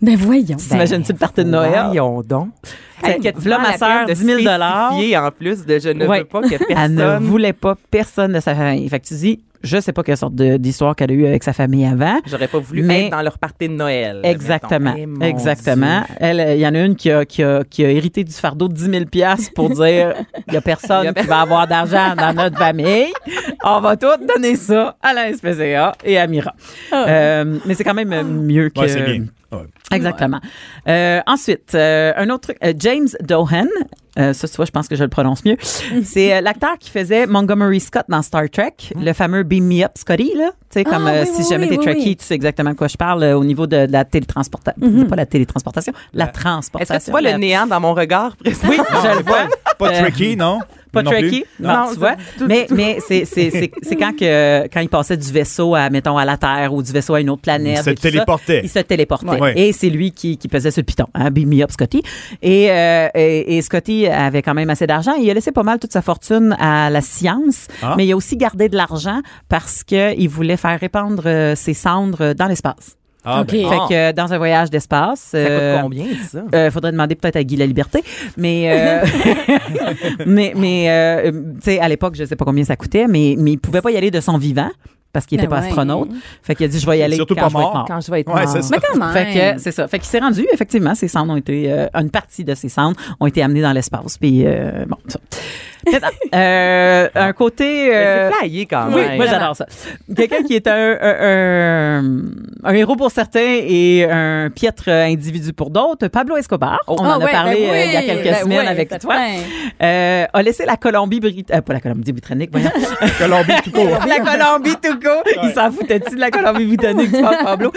ben voyons.
T'imagines-tu le party de Noël?
Ben, Voyons donc.
Hey,
que
v'là ma sœur, 10 000
en plus de je ne
Ouais.
veux pas que
Elle ne
personne...
voulait pas personne de sa famille. Fait que tu dis, je sais pas quelle sorte de- d'histoire qu'elle a eue avec sa famille avant.
J'aurais pas voulu
Mais-
être dans leur party de Noël.
Exactement.
mettons. Eh, mon
Exactement.
Dieu.
Elle, euh, Il y en a une qui a, qui a- qui a hérité du fardeau de 10 000 pour dire il n'y a
Il y
personne
a
qui va avoir d'argent dans notre famille. On va tout donner ça à la SPCA et à Mira.
Ah
Euh, mais c'est quand même euh, mieux que.
Ouais, c'est bien. Ouais.
Exactement. Euh, ensuite, euh, un autre truc, euh, James Dohan. Euh, ça, tu vois, je pense que je le prononce mieux. C'est euh, l'acteur qui faisait Montgomery Scott dans Star Trek, le fameux Beam Me Up Scotty, là. Tu sais, comme
Ah,
euh,
oui,
si
oui,
jamais
oui,
t'es
oui,
Trekkie,
oui.
tu sais exactement de quoi je parle euh, au niveau de, de la télétransportation. Pas la télétransportation, la
Est-ce
transportation.
que tu vois
La-
le néant dans mon regard? présentement?
Oui, je le vois.
Pas
Euh,
tricky, non?
Pas
Non plus?
tricky. Non,
Non,
tu
ça-
vois.
tout-
mais mais c'est, c'est, c'est, c'est quand, que, quand il passait du vaisseau à, mettons, à la Terre ou du vaisseau à une autre planète.
Il se
et tout ça,
téléportait.
il se téléportait.
Ouais.
Et c'est lui qui, qui pesait sur le piton. Hein, beam me up, Scotty. Et, euh, et, et Scotty avait quand même assez d'argent. Il a laissé pas mal toute sa fortune à la science,
Ah.
mais il a aussi gardé de l'argent parce qu'il voulait faire répandre euh, ses cendres dans l'espace.
Ah,
OK.
ben,
Fait
Ah.
que euh, dans un voyage d'espace.
Ça
euh,
coûte combien, ça?
il Euh, faudrait demander peut-être à Guy la Liberté, mais euh, mais mais euh, tu sais à l'époque je sais pas combien ça coûtait, mais mais il pouvait pas y aller de son vivant parce qu'il
Ben
était pas
ouais.
astronaute. Fait qu'il a dit je vais y aller
Surtout
quand
pas
je vais être
mort.
mort.
Quand je vais être
Ouais,
mort.
c'est ça.
Quand même.
Fait que c'est ça. Fait qu'il s'est rendu, effectivement, ses cendres ont été, euh, une partie de ses cendres ont été amenées dans l'espace. Puis, euh, bon, ça. Maintenant, euh, un côté. euh,
Mais C'est flyé
Ah
quand
oui,
même.
moi j'adore ça. Quelqu'un qui est un, un, un- un héros pour certains et un piètre individu pour d'autres, Pablo Escobar, on
Ah
en
ouais,
a parlé
ben
euh, il y a
oui,
quelques
ben
semaines
oui,
avec
certain.
toi, euh, a laissé la Colombie-Britannique, pas la Colombie-Britannique, voyons,
Colombie tout court.
la Colombie tout court. Il s'en foutait-il de la Colombie-Britannique, tu vois, Pablo?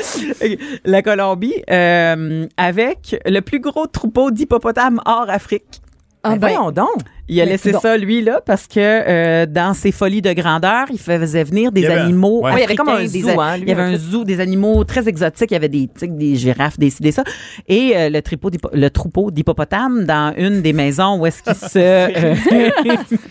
Euh, La Colombie, euh, avec le plus gros troupeau d'hippopotames hors Afrique.
Ah
Mais
ben,
Voyons donc.
Il a
Mais
laissé
bon.
ça, lui, là, parce que euh, dans ses folies de grandeur, il faisait venir des
Il y avait un-
animaux.
Ouais,
ouais.
Ah, il y avait comme un
africains,
zoo,
des-
hein, lui,
il y avait
un
un
peu.
zoo, des animaux très exotiques. Il y avait des tigres, des girafes, des, ci, des ça. Et euh, le, tripo d'hippo- le troupeau d'hippopotames dans une des maisons où est-ce qu'il se. euh,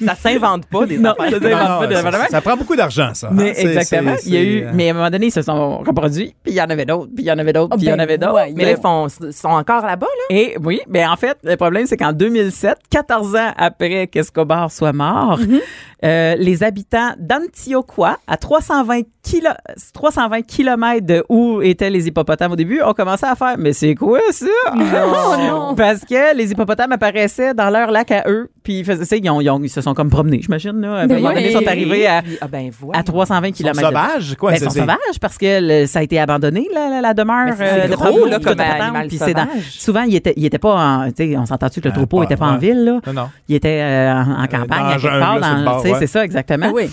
Ça s'invente pas, des
Non,
affaires.
ça
Non,
s'invente
non,
pas,
ça,
vraiment.
ça prend beaucoup d'argent, ça. Hein,
Mais
c'est-
exactement.
c'est-
Il y a
c'est,
eu,
euh,
mais à un moment donné, ils se sont reproduits, puis il y en avait d'autres, puis il y en avait d'autres,
Ah
puis il y en
ben
avait d'autres.
voyons.
Oh, Mais là, ils font- sont encore là-bas, là?
Et oui, mais en fait, le problème, c'est qu'en 2007, 14 ans après qu'Escobar soit mort,
Mhm.
euh, les habitants d'Antioquia, à 320, kilo, 320 km de où étaient les hippopotames au début, ont commencé à faire « Mais c'est quoi ça? »
Oh,
Parce que les hippopotames apparaissaient dans leur lac à eux, puis ils, faisaient, tu sais, ils, ont- ils ont- ils se sont comme promenés, j'imagine. là.
Ben
Ils ont-
oui.
ils sont arrivés à,
Puis- Ah ben voilà.
à 320
Ils sont
km
sauvages, quoi.
ben,
c'est-
ils sont
c'est-
sauvages parce que le- ça a été abandonné, la, la- la demeure.
Mais c'est
euh, de
gros,
Pablo,
là,
tout
comme
à patente,
animal
puis c'est dans-
sauvage.
Souvent, il était, il était pas en. tu sais, On s'entend-tu que le
Ah,
troupeau
pas-
n'était pas en
ouais.
ville, là?
Non, non.
Il était euh, en, en campagne,
dans
à
la
quelque
jungle,
part,
là, sur le
dans-
bord,
tu sais,
ouais.
c'est ça, exactement.
Ah oui.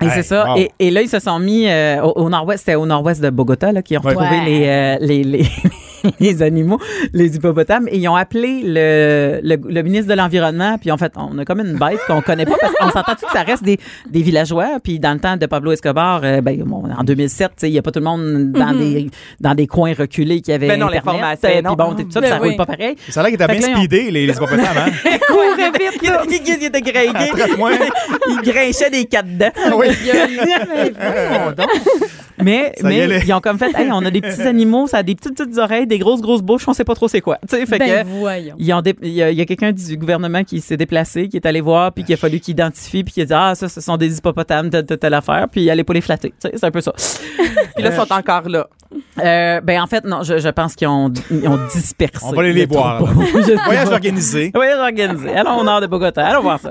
Et
Hey,
c'est ça.
wow.
Et, et là, ils se sont mis euh, au, au nord-ouest, c'était au nord-ouest de Bogota, là, qui ont
Ouais.
retrouvé
Ouais.
les, euh, les, les, les animaux, les hippopotames, et ils ont appelé le, le, le ministre de l'Environnement, puis en fait, on a comme une bête qu'on connaît pas, parce qu'on s'entend que ça reste des, des villageois, puis dans le temps de Pablo Escobar, euh, ben, bon, en 2007, tu sais, il n'y a pas tout le monde dans,
Mm-hmm.
des, dans des coins reculés qui avaient
Ben non,
Internet,
l'information,
euh,
non.
puis bon, tout ça,
Ben
ça
oui.
roule pas pareil.
Ça a l'air qu'ils étaient bien
Fait que là, ils ont-
speedés, les les hippopotames, hein?
Courait vite, là. Il, il était gringué.
Attrape-moi.
Il grinchait des quatre dents.
Oui.
Mais,
Euh, Ça y est,
mais
les-
ils ont comme fait, hey, on a des petits animaux, ça a des petites, petites oreilles, des grosses, grosses bouches, on sait pas trop c'est quoi. Tu sais, fait
Ben
que.
voyons.
ils ont dé- Il y a, il y a quelqu'un du gouvernement qui s'est déplacé, qui est allé voir, puis qu'il a fallu qu'il identifie, puis qu'il a dit Ah, ça, ce sont des hippopotames, telle, telle, telle affaire, puis allez pas les flatter. Tu sais, C'est un peu ça.
Puis là, ils sont encore là.
Euh, ben, en fait, non, je, je pense qu'ils ont, ils ont dispersé.
On va aller
le
les voir.
troupeau. Je-
Voyage organisé.
Voyage organisé. Allons au nord de Bogota. Allons voir ça.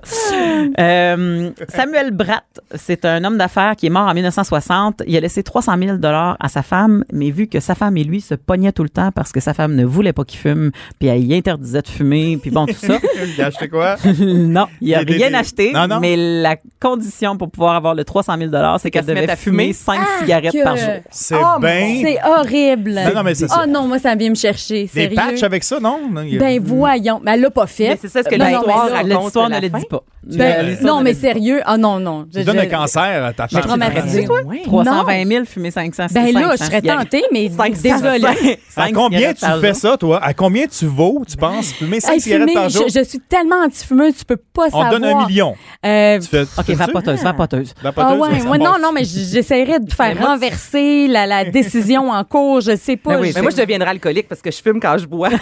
Euh, Samuel Bratt, c'est un homme d'affaires qui est mort en 1960. Il a laissé 300 000 dollars à sa femme, mais vu que sa femme et lui se pognaient tout le temps parce que sa femme ne voulait pas qu'il fume, puis elle y interdisait de fumer, puis bon, tout ça.
Il a acheté quoi?
non, il a
Il y a
rien
des-
acheté,
Non, non.
mais la condition pour pouvoir avoir le 300 000 dollars, c'est qu'elle
qu'elle se
devait
mette à
fumer
fumer.
5 cigarettes
Ah, que-
par jour.
C'est
Oh,
bien.
C'est horrible.
Non, non, mais ça,
oh
c'est-
non, moi, ça vient me chercher.
Des
sérieux.
patchs avec ça, non? Non, il y a-
Mm.
Ben voyons. Mais elle l'a pas fait.
Mais c'est ça ce que
Ben, non,
l'histoire
mais là-
raconte.
L'histoire ne
la
le
fin.
dit pas.
Ben,
Euh,
non,
ne
mais
le dit pas.
sérieux. Ah non, non. Je-
Tu donnes
je-
un cancer à ta
je suis
femme.
traumatisée.
Ouais.
320 000, fumer 500,
Ben
c'est
là,
500
je serais
cigarettes.
tentée, mais désolée.
Désolée.
À combien tu fais ça, toi? À combien tu vaux, tu penses? Fumer 5
Hey,
cigarettes
fumer,
par jour?
je, je suis tellement anti-fumeuse, tu peux pas
On
savoir.
te donne un million.
Euh,
Tu fais,
OK,
tu fais-tu?
vapoteuse, vapoteuse.
Vapoteuse,
ah ouais,
ça, ça
ouais, non,
passe.
non, mais j- j'essaierais de faire renverser la, la décision en cours, je sais pas.
Ben oui,
je-
Mais moi, je deviendrai alcoolique parce que je fume quand je bois.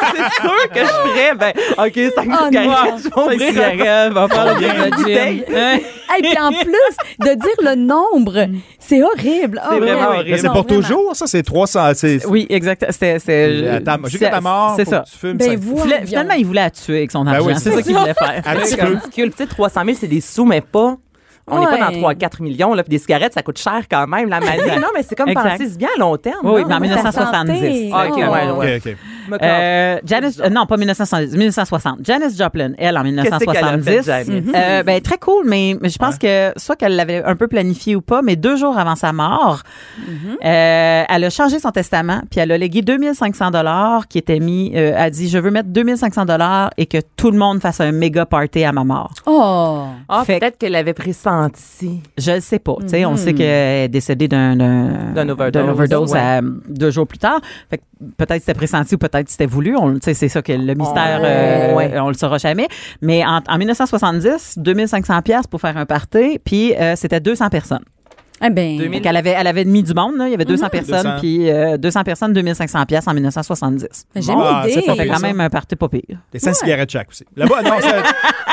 Fait que c'est sûr que je ferais, ben, OK, 5
Ah,
Oh, non.
cigarettes, je vais
Cinq
ouvrir un-
cigarettes, va faire le
Combien?
gin.
Bouteille.
Hein?
Hey, puis en plus, de dire le nombre,
Mm.
c'est horrible.
C'est vraiment
horrible.
horrible.
Mais c'est
Non,
pour
vraiment.
toujours, ça? C'est 300. c'est- euh,
Oui, exact. C'était.
à ta- Jusqu'à ta mort,
C'est
faut
ça.
que tu fumes
Ben,
cinq-
vous-
Fla- Finalement, il voulait la tuer avec son
Ben
argent.
oui,
c'est
c'est
ça
ça.
qu'il voulait faire.
Un petit
C'est
peu.
ridicule. Tu sais, 300 000, c'est des sous, mais pas. On n'est
Ouais.
pas dans 3 4 millions. Là, puis des cigarettes, ça coûte cher quand même, la maladie. non, mais c'est comme
Exact.
penser bien à long terme.
Oui, oui,
non?
mais en
Ah, ta
1970.
santé.
Ah, OK,
Oh.
ouais, ouais.
OK, OK.
Je me casse.
Euh, Janis, euh, non, pas 1970, 1960. Janis Joplin, elle, en
Qu'est-ce qu'elle a
1970.
fait, Janis? Mm-hmm.
Euh, ben, très cool, mais, mais je pense que soit qu'elle l'avait un peu planifié ou pas, mais deux jours avant sa mort,
Mm-hmm.
euh, elle a changé son testament, puis elle a légué 2500 dollars qui était mis, euh, elle a dit, je veux mettre 2500 dollars et que tout le monde fasse un méga party à ma mort.
Oh.
Ah,
fait-
peut-être qu'elle avait pressenti.
Je le sais pas. Tu sais, on sait qu'elle est décédée d'un d'un-
Mhm. D'un overdose,
d'un overdose
ouais.
à- deux jours plus tard. Fait que peut-être c'était pressenti ou peut-être c'était voulu. On, tu sais, c'est ça que le mystère,
Oh.
euh,
Ouais.
on le saura jamais. Mais en, en 1970, 2500 pièces pour faire un party, puis euh, c'était 200 personnes.
Eh ben,
2000.
Donc elle avait, elle avait mis du monde. là. Il y avait 200
Mhm.
personnes,
200.
puis euh, 200 personnes, 2500 pièces en 1970.
ben, j'ai
Bon,
une
c'est
idée.
pas
Ah, Fait
pire,
quand
ça.
même un party pas pire.
Des 5 cigarettes chaque aussi. Là-bas, non, c'est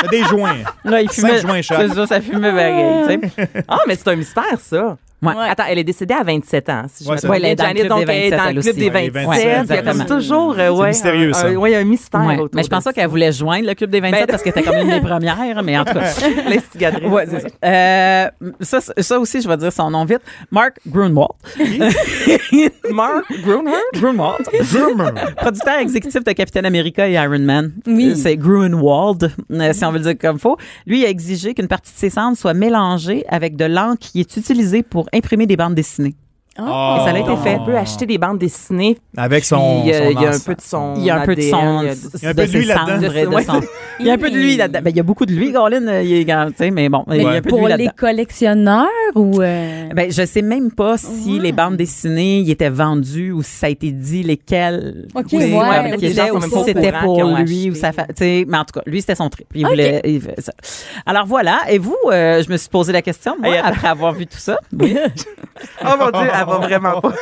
c'est des joints.
Là, il
Cinq joints chaque.
C'est ça, ça fumait pareil, tu sais.
Ah, mais c'est un mystère, ça.
Ouais.
Attends, elle est décédée à 27 ans. Si je
Ouais,
me
c'est
trompe pas.
ça.
Elle est dans le
Janice,
club
donc,
des
elle est dans
27,
le club
elle
des
aussi.
27.
Ouais, les
il
27,
y a comme
exactement.
toujours euh, ouais,
mystérieux,
un-
ça.
un- ouais, il y a un mystère
Ouais.
autour
Mais je pense
de
pas qu'elle voulait joindre le Club des 27
Ben-
parce qu'elle était comme une des premières, mais en tout cas.
ça. L'instigatrice.
Ouais, c'est ça. Euh, ça, c'est- ça aussi, je vais dire son nom vite. Mark Grunwald.
Mark Grunwald.
Grunwald.
Zoomer.
Producteur exécutif de Capitaine America et Iron Man.
Oui.
Euh, C'est Grunwald, euh, si on veut le dire comme faut. Lui il a exigé qu'une partie de ses cendres soit mélangée avec de l'encre qui est utilisée pour imprimer des bandes dessinées.
Ah.
Et ça a été fait.
On peut acheter des bandes dessinées.
Avec
Puis,
son.
euh, il
son
y a un
encens.
peu de son.
Il y a un peu de son.
ADN, il y a du-
y a un peu de
ses
lui
cendres,
là-dedans.
de son-
Ouais.
Il y a un peu de lui là-dedans. Ben, il y a beaucoup de lui, Colin. euh, Il est grand, tu sais, mais bon, il y a un peu de lui
pour les
là-dedans.
collectionneurs ou. euh,
Ben, je sais même pas si les bandes dessinées y étaient vendues ou si ça a été dit lesquelles.
Ok,
ou si-
ouais,
ouais,
ok,
qu'il
les
était,
gens sont
ou si
même pas au
c'était
courant
pour
qu'ils ont
lui ou
acheté.
sa fa- tu sais, Mais en tout cas, lui, c'était son trip. Il voulait, il voulait ça. Alors voilà. Et vous, euh, je me suis posé la question, moi,
Hey, attends.
après avoir vu tout ça. Oui.
Oh mon Dieu, elle va vraiment pas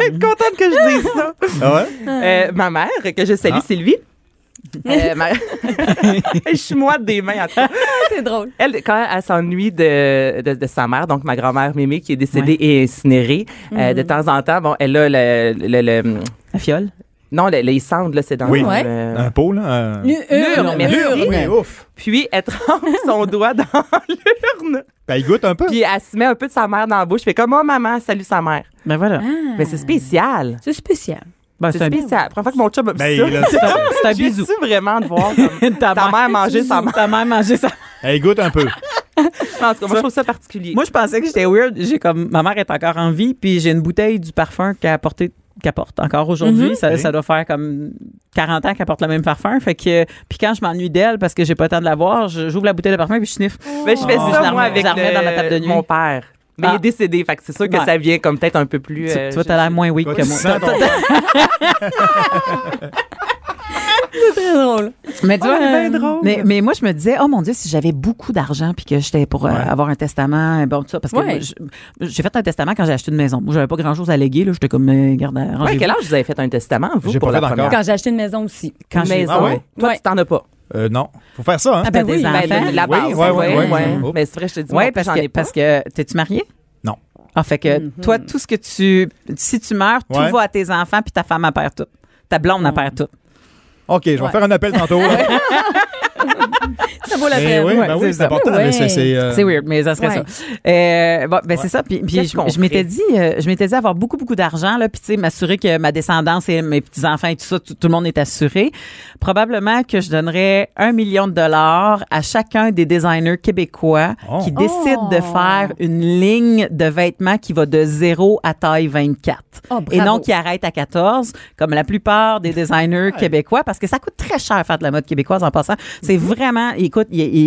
être contente que je dise ça.
Ah ouais?
Euh, ma mère, que je salue,
Ah.
Sylvie. Euh, ma- je suis moi des mains. en tout cas.
Ah,
C'est drôle.
Elle, quand elle s'ennuie de, de, de sa mère, donc ma grand-mère Mémé, qui est décédée et incinérée, euh, de temps en temps, bon, elle a le. le- le- le-
La fiole.
non, le- les cendres, là, c'est dans
Oui.
le-
Ouais.
le-
Un pot, là. euh,
L'urne,
L'urne, merci.
l'urne.
Oui, ouf.
Puis elle trempe son doigt dans l'urne.
Ben, il goûte un peu.
Puis elle se met un peu de sa mère dans la bouche. Fait comme, oh maman, salue sa mère.
Ben voilà.
Mais c'est spécial.
C'est spécial.
Ben,
Ah, C'est
un-
spécial. La première fois que mon chum a vu
Ben,
ça.
il a- c'est-
C'est un
J'ai
bisou.
su vraiment de voir comme ta, mère manger sa mère.
Ta mère manger sa
Ben, il goûte un peu.
En tout cas, moi, je trouve ça particulier.
Moi, je pensais que j'étais weird. J'ai comme ma mère est encore en vie, puis j'ai une bouteille du parfum qu'elle a porté qu'elle porte encore aujourd'hui. ça,
Ok.
ça doit faire comme 40 ans qu'elle porte le même parfum. Fait que puis quand je m'ennuie d'elle parce que j'ai pas le temps de la voir, je- j'ouvre la bouteille de parfum puis je sniffe.
Ben, je fais
Oh. Je la
ça, moi,
remets-
avec
je la remets
le-
dans ma table de nuit.
mon père. Mais
Ah.
il est décédé, fait que c'est sûr que
Ouais.
ça vient comme peut-être un peu plus...
Tu-
euh,
tu vois,
je-
t'as l'air moins weak
Toi,
que
tu
moi.
sens ton-
Oh,
Très drôle.
Mais tu
Oh,
vois,
c'est
euh,
bien drôle.
Mais, mais moi, je me disais, oh mon Dieu, si j'avais beaucoup d'argent puis que j'étais pour euh, avoir un testament, bon, tout ça, parce que
Ouais.
moi, je- j'ai fait un testament quand j'ai acheté une maison. Moi, j'avais pas grand chose à léguer, là. J'étais comme, euh, garde,
Ouais,
arrangez-vous.
quel âge vous avez fait un testament, vous,
J'ai
pour
pas
la
fait
première
encore.
Quand j'ai acheté une maison aussi.
Quand j'ai-
maison?
Ah ouais?
Toi,
Ouais.
tu t'en as pas.
Euh, non. Faut faire ça, hein?
Ah ben
Ben
oui,
oui,
des
ben,
enfants.
Ben, la
Oui,
base,
ouais, ouais,
ouais,
ouais.
ouais.
Oups.
Mais c'est vrai, je te dis,
Oui,
moi,
parce
j'en
que,
ai pas. Mm-hmm.
parce que t'es-tu marié?
Non.
Ah, fait que toi, tout ce que tu. Si tu meurs, tout
Ouais.
va à tes enfants,
Mm.
puis ta femme, elle perd tout. Ta blonde, elle perd tout.
OK, je vais
Ouais.
faire un appel tantôt. là.
Ça vaut la
Mais
peine.
hein. oui,
ouais.
ben
c'est
oui, c'est
ça.
important. mais
Ouais.
c'est- c'est, euh,
C'est weird, mais ça serait
Ouais.
ça. Euh, bon, ben c'est ça. Puis, puis
Qu'est-ce
je,
qu'on
je
ferait?
m'étais dit, euh, je m'étais dit avoir beaucoup, beaucoup d'argent là, puis tu sais, m'assurer que ma descendance et mes petits enfants et tout ça, tout, tout le monde est assuré. Probablement que je donnerais un million de dollars à chacun des designers québécois
Oh.
qui décident de
Oh.
faire une ligne de vêtements qui va de 0 à taille 24
Oh,
et
bravo.
non qui arrête à 14 comme la plupart des designers québécois parce que ça coûte très cher faire de la mode québécoise en passant. C'est
Mhm.
vraiment écoute, il- il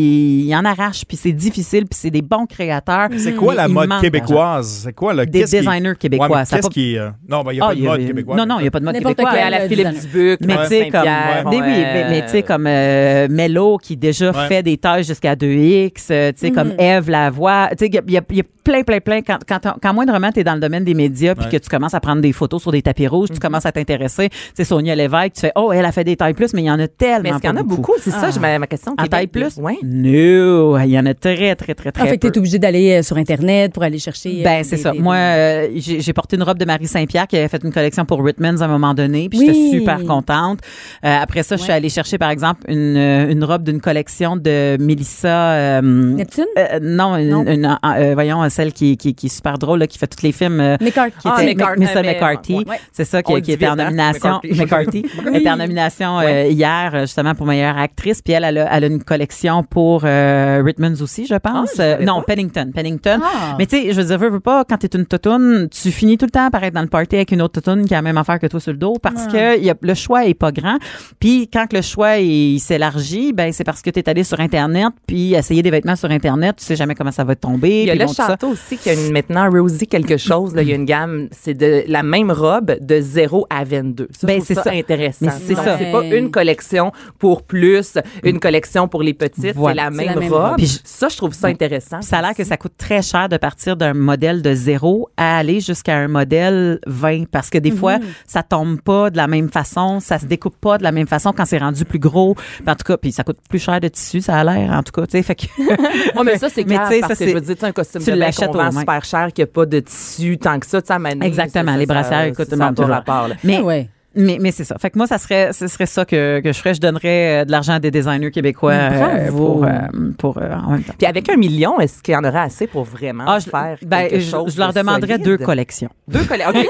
il en arrache puis c'est difficile puis c'est des bons créateurs.
C'est quoi
Mais
la
il
mode
manque d'argent.
québécoise? C'est quoi le
Des
qu'est-ce qui-
designers québécois,
Ouais, mais
ça a
Qu'est-ce
pas-
qui. euh, Non, ben, il n'y a
Ah,
pas de
il y
mode
avait-
québécois.
Non non, il n'y a pas de mode
N'importe
québécois.
quel.
à la
euh,
Philippe
designer.
Dubuc,
Mais tu sais, comme.
Saint-Pierre.
Mais oui, mais, mais tu sais, comme euh, Mello qui déjà
Ouais.
fait des tailles jusqu'à 2X, euh, tu sais,
Mhm.
comme Eve Lavoie. Tu sais, il y a- il y, a- il y a plein, plein, plein. Quand, quand, on- quand moindrement, tu es dans le domaine des médias puis
Ouais.
que tu commences à prendre des photos sur des tapis rouges,
Mhm.
tu commences à t'intéresser. Tu sais, Sonia Lévesque, tu fais, oh, elle a fait des tailles plus, mais il y en a tellement.
Mais est-ce qu'il y en
pas
a beaucoup? C'est ça, j'ai ma, ma question.
En
Québec,
taille plus?
Oui.
No, il y en a très, très, très,
Ah,
très
fait que
peu.
t'es obligé d'aller euh, sur Internet pour aller chercher. euh,
Ben, c'est
des-
ça.
des-
Moi, euh, j'ai j'ai porté une robe de Marie Saint-Pierre qui avait fait une collection pour Whitman's à un moment donné, puis
Oui.
j'étais super contente. Euh, après ça, je suis allée chercher, par exemple, une, euh, une robe d'une collection de Mélissa... euh,
Neptune?
euh, non, une-
Non.
une- euh, voyons, celle qui, qui, qui est super drôle, là, qui fait tous les films... euh,
McCarthy.
qui
Ah,
était
McCart-
Melissa
mais-
McCarthy.
ouais.
C'est ça
On
qui,
le
qui
dit
était en
vite, hein,
nomination.
McCarthy.
McCarthy était en nomination euh, hier euh, justement pour meilleure actrice. Puis elle, elle a, elle a une collection pour euh, Ritmans aussi, je pense.
Ah, je savais
Euh, non,
pas.
Pennington. Pennington.
Ah.
Mais tu sais, je veux dire, veux, veux pas, quand t'es une totoune, tu finis tout le temps par être dans le party avec une autre totoune qui a la même affaire que toi sur le dos parce que y a- le choix est pas grand. Puis quand que le choix il s'élargit, ben c'est parce que t'es allé sur Internet puis essayer des vêtements sur Internet. Tu sais jamais comment ça va te tomber.
Il y a
puis
le
bon, tout ça.
château aussi qui a une- maintenant Rosie quelque chose. Là, il y a une gamme, c'est de la même robe de 0 à 22. Ça,
Ben,
je trouve
c'est
ça,
ça.
intéressant.
Mais c'est
Donc,
ça.
C'est pas
Ouais.
une collection pour plus, une collection pour les petites.
Voilà.
C'est
C'est
la même robe.
Puis je-
Ça, je trouve ça intéressant.
Puis ça a l'air que ça coûte très cher de partir d'un modèle de zéro à aller jusqu'à un modèle 20 parce que des fois,
Mhm.
ça tombe pas de la même façon, ça se découpe pas de la même façon quand c'est rendu plus gros. Puis en tout cas, puis ça coûte plus cher de tissu, ça a l'air, en tout cas, tu sais, fait que...
Ouais, mais ça, c'est
Mais
grave
tu sais,
parce
ça,
que je
c'est-
veux dire, tu sais, un costume
tu
de bain
l'achètes
qu'on
au
vend
même.
super cher qui a pas de tissu tant que ça, tu sais, à Mané,
Exactement,
ça,
les
ça,
brassières,
ça,
écoute,
ça n'a
non,
pas
toujours.
rapport, là.
Mais,
Ah ouais.
mais, mais c'est ça. Fait que moi, ça serait, ce serait ça que, que je ferais. Je donnerais euh, de l'argent à des designers québéis euh,
Bravo.
pour, euh, pour euh, en même temps.
Puis avec un million, est-ce qu'il y en aurait assez pour vraiment
Ah, je,
faire
ben,
quelque
je-
chose
je leur
de
demanderais
solide?
deux collections.
Deux collègues.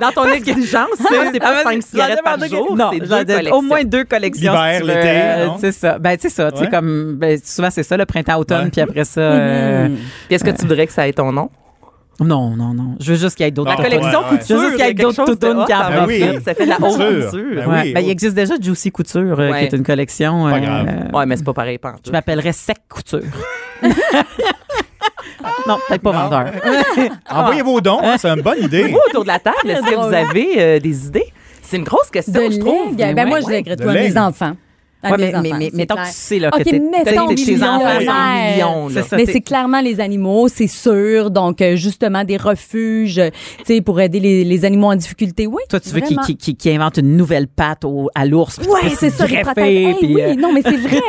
Dans ton exigence, là, c'est
Ah,
pas
vas-y,
cinq
je leur
cigarettes par
demande que-
jour,
Non,
c'est
je leur
deux
donne
collections.
au moins deux collections.
L'hiver,
si tu veux,
l'été,
euh,
non?
C'est ça. Ben, tu sais ça, tu sais,
Ouais.
comme, ben, souvent, c'est ça, le printemps, automne,
Ouais.
puis après ça. euh,
Puis est-ce que tu voudrais que ça ait ton nom?
Non, non, non. Je veux juste qu'il y ait d'autres.
La
toutounes.
collection ouais, ouais.
Je veux juste qu'il y ait d'autres toutounes qui
ben
arrivent.
oui.
Ouais.
Ça fait de la haute
Couture.
couture.
Ben
Ben,
oui,
il
oui.
existe déjà Juicy Couture, euh,
Ouais.
qui est une collection.
Pas
euh,
grave.
Ouais, mais c'est pas pareil, pas
Je m'appellerais Sec Couture.
Ah,
non, peut-être pas vendeur.
Envoyez vos dons, hein, c'est une bonne idée.
Vous, autour de la table, est-ce que vous avez euh, des idées? C'est une grosse question,
De
je trouve.
legs. Ben,
Ouais,
moi, je
ouais.
lèguerais
De
toi, mes
legs.
enfants. À
Ouais,
mes
mais, mais,
enfants,
mais
c'est
mettons que
clair.
tu sais là,
OK,
que t'es-
mettons
t'es- tes enfants sont
millionnaire.
millions. là.
C'est ça,
Mais
T'es-
c'est clairement les animaux, c'est sûr. Donc, euh, justement, des refuges, euh, tu sais, pour aider les, les animaux en difficulté. Oui.
Toi, tu veux qu'il
vraiment.
qu'il- qu'il- qu'il invente une nouvelle patte au- à l'ours. puis tu
Ouais,
peux
c'est ça, les
greffer,
prothèses. Hey,
puis,
oui,
euh,
non, mais c'est vrai.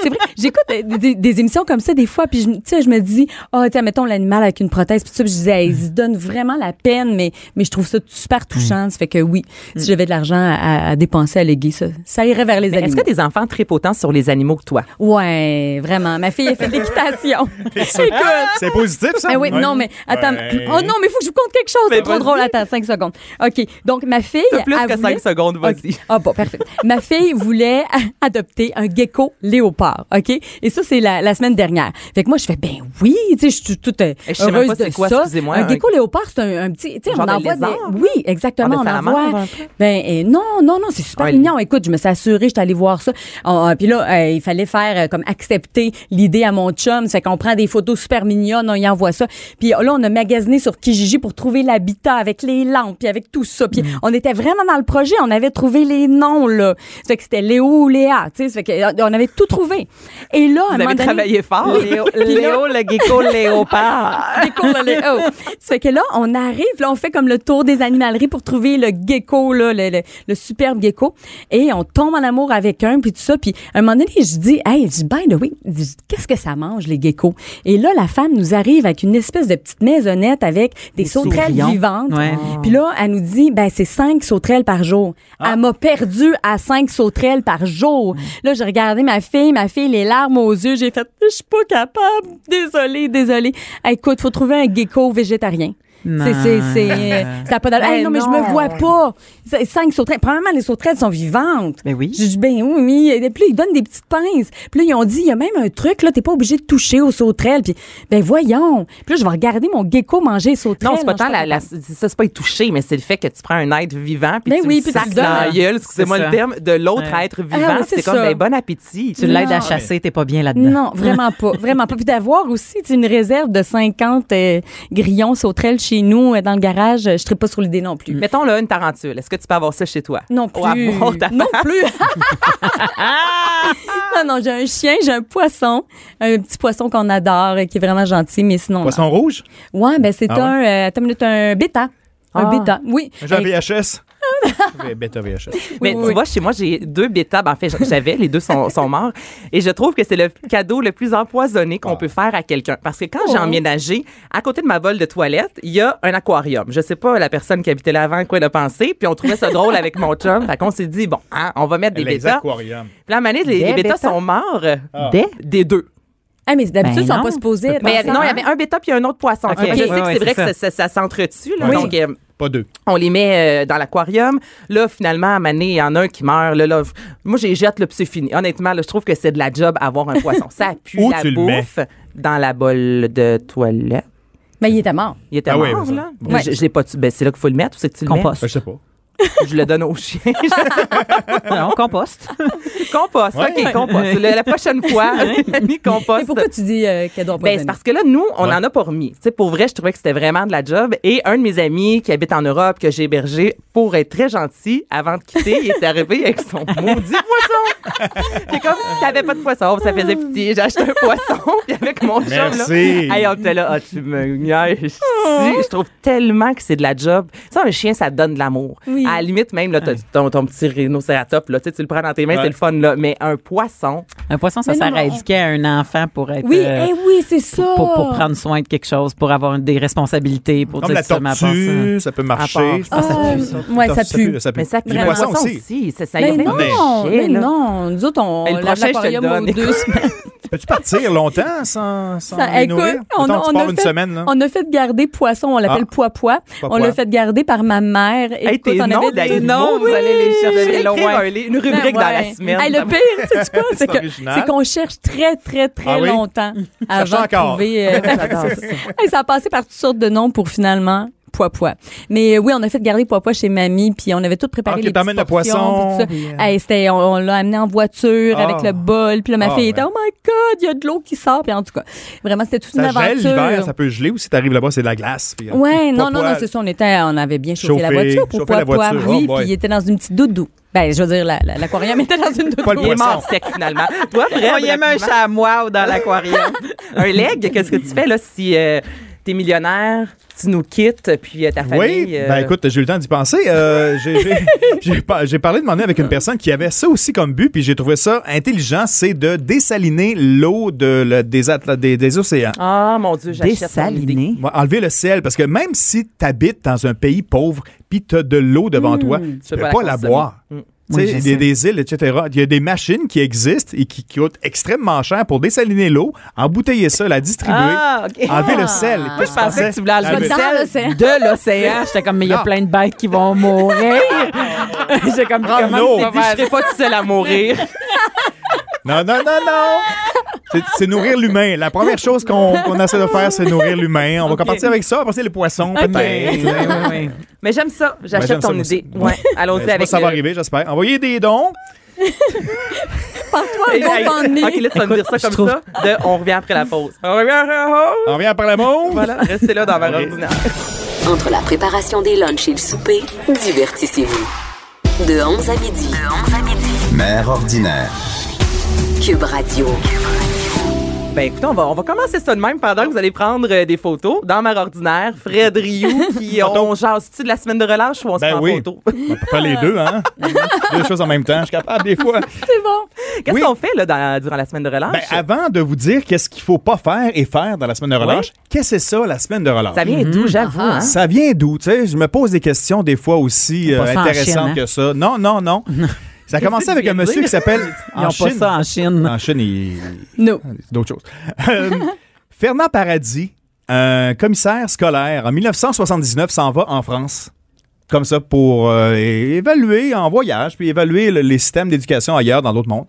c'est vrai. J'écoute euh, des, des émissions comme ça des fois, puis je, me- tu sais, je me dis, ah, tiens, mettons l'animal avec une prothèse, puis tout ça, puis je disais, hey, ils se donnent vraiment la peine, mais, mais je trouve ça
Mm.
super touchant. Ça fait que oui, si j'avais de l'argent à, à dépenser à léguer, ça, ça irait vers les
Mais Est-ce
animaux.
que des enfants tripent autant sur les animaux que toi?
Ouais, vraiment. Ma fille, elle fait de l'équitation. Écoute.
C'est positif, ça?
Mais Ah oui,
Ouais.
non, mais attends.
Ouais.
Oh non, mais il faut que je vous compte quelque chose. C'est trop
vas-y.
drôle. Attends, 5 secondes. OK. Donc, ma fille.
T'as plus
elle
que
voulait-
cinq secondes, vas-y.
OK. Ah bon, parfait. ma fille voulait a- adopter un gecko léopard. OK? Et ça, c'est la, la semaine dernière. Fait que moi, je fais, ben oui, tu sais, je suis toute euh,
Et je sais même
heureuse
pas c'est
de
quoi,
ça.
excusez-moi,
Un
un-
gecko léopard, c'est un, un petit. Tu sais,
Genre
on
de
envoie des.
lézard,
Oui, exactement.
Ah,
on
ben,
envoie.
salamandre, un peu.
Ben euh, non, non, non, c'est super
Ouais,
mignon. Écoute, je me suis assurée, je suis allée voir ça. Ah, ah, puis là, euh, il fallait faire euh, comme accepter l'idée à mon chum. C'est qu'on prend des photos super mignonnes, on y envoie ça. Puis euh, là, on a magasiné sur Kijiji pour trouver l'habitat avec les lampes, puis avec tout ça. Puis
Mm.
on était vraiment dans le projet, on avait trouvé les noms là. Ça fait que c'était Léo ou Léa, tu sais. Ça fait que euh, on avait tout trouvé. Et là, à un
Vous
moment
avez
donné, Ah,
travaillé fort.
Léo, Léo, le gecko léopard.
gecko, le Léo. Ça fait que là, on arrive, là, on fait comme le tour des animaleries pour trouver le gecko, là, le, le- le superbe gecko. Et on tombe en amour avec un, puis tout ça. Puis à un moment donné, je dis, hey, je dis, by the way, je dis, qu'est-ce que ça mange, les geckos? Et là, la femme nous arrive avec une espèce de petite maisonnette avec des,
Des
sauterelles
sourillons.
vivantes.
Ouais.
Puis là, elle nous dit, ben, c'est cinq sauterelles par jour.
Ah.
Elle m'a perdu à cinq sauterelles par jour.
Mm.
Là, j'ai regardé ma fille, ma fille, les larmes aux yeux. J'ai fait, je suis pas capable. Désolée, désolée. Écoute, faut trouver un gecko végétarien.
Non.
C'est, c'est, c'est, ça a pas d'allure.
Ben
Hey, non, mais je
non.
me vois pas. C'est- Cinq sauterelles. Premièrement, les sauterelles sont vivantes.
Ben oui.
J'ai dit, ben oui, mais. Et puis là, ils donnent des petites pinces. Puis là, ils ont dit, il y a même un truc, là, t'es pas obligé de toucher aux sauterelles. Puis, ben voyons. Puis là, je vais regarder mon gecko manger les sauterelles.
Non, c'est pas
Je
tant
suis
la, la-
capable.
ça, c'est pas y toucher, mais c'est le fait que tu prends un être vivant puis
Ben
tu
oui,
le
puis tu
sacs
le
dans
donnes.
la gueule, excusez-moi
C'est
le
ça.
terme, de l'autre
Ouais.
être vivant.
oui, c'est
c'est comme,
ça.
ben, bon appétit.
Tu l'aides à
Non.
chasser, t'es pas bien là-dedans.
Non, vraiment pas. Vraiment pas. Puis d'avoir aussi tu sais, une réserve de 50 euh, grillons sauterelles chez nous euh, dans le garage, euh, je serais pas sur l'idée non plus.
Mettons là une tarentule. Est-ce que tu peux avoir ça chez toi?
Non
Ou
plus.
Mm. avoir ta
Non plus. non, non, j'ai un chien, j'ai un poisson, un petit poisson qu'on adore, euh, qui est vraiment gentil, mais sinon. non.
Poisson rouge?
Ouais, ben c'est
Ah ouais?
un, euh, attends une minute, un bêta.
Ah.
Un bêta, oui.
J'ai un
Hey,
VHS. J'ai un Bêta VHS.
Mais
oui,
tu
oui.
vois, chez moi, j'ai deux bêta. Ben, en fait, j'avais, les deux sont, sont morts. Et je trouve que c'est le cadeau le plus empoisonné qu'on peut faire à quelqu'un. Parce que quand j'ai
Oh.
emménagé, à côté de ma bolle de toilette, il y a un aquarium. Je sais pas la personne qui habitait là avant quoi elle a pensé. Puis on trouvait ça drôle avec mon chum. Fait qu'on s'est dit, bon, hein, on va mettre des
Les
bêta. Puis
aquariums.
la manette, les,
Des
les bêta
bêtas?
sont morts.
Des?
Des deux. hein?
Ah, mais d'habitude,
Ben
ils sont
non.
pas supposés.
Mais
ensemble.
non, il y avait un bêta puis un autre poisson.
Ok.
Je sais que
Ouais, ouais,
c'est
c'est
vrai
ça.
que ça, ça, ça s'entretue. là.
Oui.
Donc, euh,
Pas deux.
on les met euh, dans l'aquarium. Là, finalement, à Mané, il y en a un qui meurt. Là, là, f- moi, j'ai jette, là, puis c'est fini. Honnêtement, là, je trouve que c'est de la job avoir un poisson. Ça pue
Où
la
tu le
bouffe dans la bolle de toilette.
Mais Ben, il était mort.
Il était
Ah
mort,
oui, mais ça-
là.
bon.
Je, je l'ai pas tué. Ben, c'est là qu'il faut le mettre ou c'est que tu le mets?
Compost.
Ben, je sais pas.
Je le donne au chien.
non, compost.
compost.
Ouais.
OK, compost. Le- la prochaine fois, mis compost.
Mais pourquoi tu dis euh, qu'elle doit pas
Ben, c'est parce que là, nous, on en a pas remis. Tu sais, pour vrai, je trouvais que c'était vraiment de la job. Et un de mes amis qui habite en Europe, que j'ai hébergé, pour être très gentil, avant de quitter, il est arrivé avec son maudit poisson. C'est comme, t'avais pas de poisson, ça faisait pitié. J'ai acheté un poisson, puis avec mon chum, là.
Merci.
Hey, on était là, ah, tu me niaises. Tu sais, Je trouve tellement que c'est de la job. Ça, un chien, ça donne de l'amour.
Oui.
À la limite, même, là, t'as ton, ton petit rhinocératop, là, tu sais, tu le prends dans tes mains,
Ouais.
c'est le fun, là. Mais un poisson,
Un poisson, ça
Mais non,
sert à
mais on-
éduquer à un enfant pour être.
Oui,
euh,
eh oui, c'est ça.
pour, pour prendre soin de quelque chose, pour avoir des responsabilités, pour
Comme
dire
la
que ça
tortue, ça peut marcher.
À part-
Ah, ouais, ça pue.
mais ça pue.
Les
Un
poissons
poisson
aussi.
Ça, ça
Mais
y est,
non,
un chien,
mais
là.
non. Nous autres, on
Ben, le
lave
prochain, je te le
l'aquarium
donne.
aux deux semaines.
Peux-tu partir longtemps sans, sans
Ça-
les
écoute,
nourrir?
on a-
Mettons, tu
on
pars
a
une
fait-
semaine, là.
On a fait garder poisson, on l'appelle poids-poids.
Pois-pois.
On l'a fait garder par ma mère. Et
Ah. Hey, tes
on
noms
avait
d'animaux,
des-
vous allez les chercher
loin.
loin. Une rubrique
Ben,
dans la
ouais.
semaine.
Hey, le pire, c'est quoi? C'est
C'est
que-
original.
c'est qu'on cherche très, très, très
Ah oui?
longtemps
Cherche
avant de
encore.
trouver... euh, Hey, ça a passé par toutes sortes de noms pour finalement... Pois pois. Mais euh, oui, on a fait garder pois pois chez mamie, puis on avait tout préparé
Ah, ok,
les petites
t'amènes le
portions, puis
poisson,
tout ça.
puis, euh,
Hey, c'était, on, on l'a amené en voiture
Ah.
avec le bol, puis là, ma
Ah,
fille
ouais.
était oh my god, il y a de l'eau qui sort, puis en tout cas, vraiment c'était toute une
Ça gèle
aventure.
l'hiver, ça peut geler ou si t'arrives là-bas, c'est de la glace. puis, euh,
Ouais, non,
pas
non,
poil.
non, c'est ça, on était, on avait bien chauffé, la
Chauffé,
voiture pour
chauffé la
pouvoir pouvoir-
voiture,
oui,
oh boy.
puis il était dans une petite doudou. Ben, je veux dire, la- la- l'aquarium était dans une doudou.
Pas le
Il est
poisson.
mort sec, finalement. Toi,
On
frère,
y aime un
rapidement,
chamois dans l'aquarium.
un leg, qu'est-ce que tu fais là si euh, t'es millionnaire, tu nous quittes, puis euh, ta famille...
Oui,
euh,
ben écoute, j'ai eu le temps d'y penser. Euh, j'ai- j'ai- j'ai par- j'ai parlé de m'emmener avec une personne qui avait ça aussi comme but, puis j'ai trouvé ça intelligent, c'est de désaliner l'eau de la- des, atla- des, des océans.
Ah, mon Dieu, j'achète ton idée.
Désaliné.
Moi, Enlever le ciel, parce que même si tu habites dans un pays pauvre, puis tu as de l'eau
Hmm,
devant toi, tu
peux
peux
pas
pas,
la
la,
consommer.
boire.
Mm.
Tu sais,
Oui, je
il y
sais.
a des îles, etc. Il y a des machines qui existent et qui, qui coûtent extrêmement cher pour désaliner l'eau, embouteiller ça, la distribuer,
Ah, OK.
enlever le sel. Puis
Je pensais que tu voulais enlever
enlever-
Dans
le
l'océan.
sel de l'océan. J'étais comme, mais il y a
Non.
plein de bêtes qui vont mourir. J'ai comme,
Prends
comment
l'eau.
tu
Je
vas faire
serais pas tout seul à mourir.
Non, non, non, non! C'est- C'est nourrir l'humain. La première chose qu'on qu'on essaie de faire, c'est nourrir l'humain. On va partir avec ça, après c'est les poissons, peut-être.
Oui, oui, oui.
Mais j'aime ça, j'achète
Ben, j'aime ça,
ton
moi aussi.
idée. Ouais,
Ben, je
allons-y
sais pas
avec...
si ça va
le-
arriver, j'espère. Envoyez des dons.
Pars-toi un
Hey,
bon
hey,
temps de nez.
OK, là, tu vas me dire ça
je
comme
trouve-
ça. De, on revient après la pause. On revient après la pause.
On revient après l'amour.
Voilà, restez là dans ma
Ok.
ordinaire.
Entre la préparation des lunchs et le souper, divertissez-vous. De 11 à midi. De 11 à midi.
Mère ordinaire.
Cube Radio.
Ben écoutez, on va, on va commencer ça de même pendant que vous allez prendre euh, des photos. Dans ma ordinaire, Fred Rioux, qui on jase-tu de la semaine de relâche ou on se
Ben
prend en
oui.
photo?
On peut faire les deux, hein? deux choses en même temps. Je suis capable des fois.
C'est bon.
Qu'est-ce
Oui.
qu'on fait là, dans- durant la semaine de relâche?
Ben, avant de vous dire qu'est-ce qu'il faut pas faire et faire dans la semaine de relâche, qu'est-ce que c'est ça, la semaine de relâche?
ça vient d'où, j'avoue.
Ah,
hein?
Ça vient d'où? Tu sais, je me pose des questions des fois aussi
Pas
euh,
ça en
intéressantes
Chine, hein?
que ça. Non, non, non. Ça a commencé
Qu'est-ce que
avec
tu viens
un
de
monsieur
dire?
qui s'appelle.
Ils n'ont pas ça en Chine.
En Chine, il-
No.
c'est d'autres choses. Euh, Fernand Paradis, un commissaire scolaire, en 1979, s'en va en France. Comme ça, pour euh, é- évaluer en voyage, puis évaluer le- les systèmes d'éducation ailleurs dans d'autres mondes.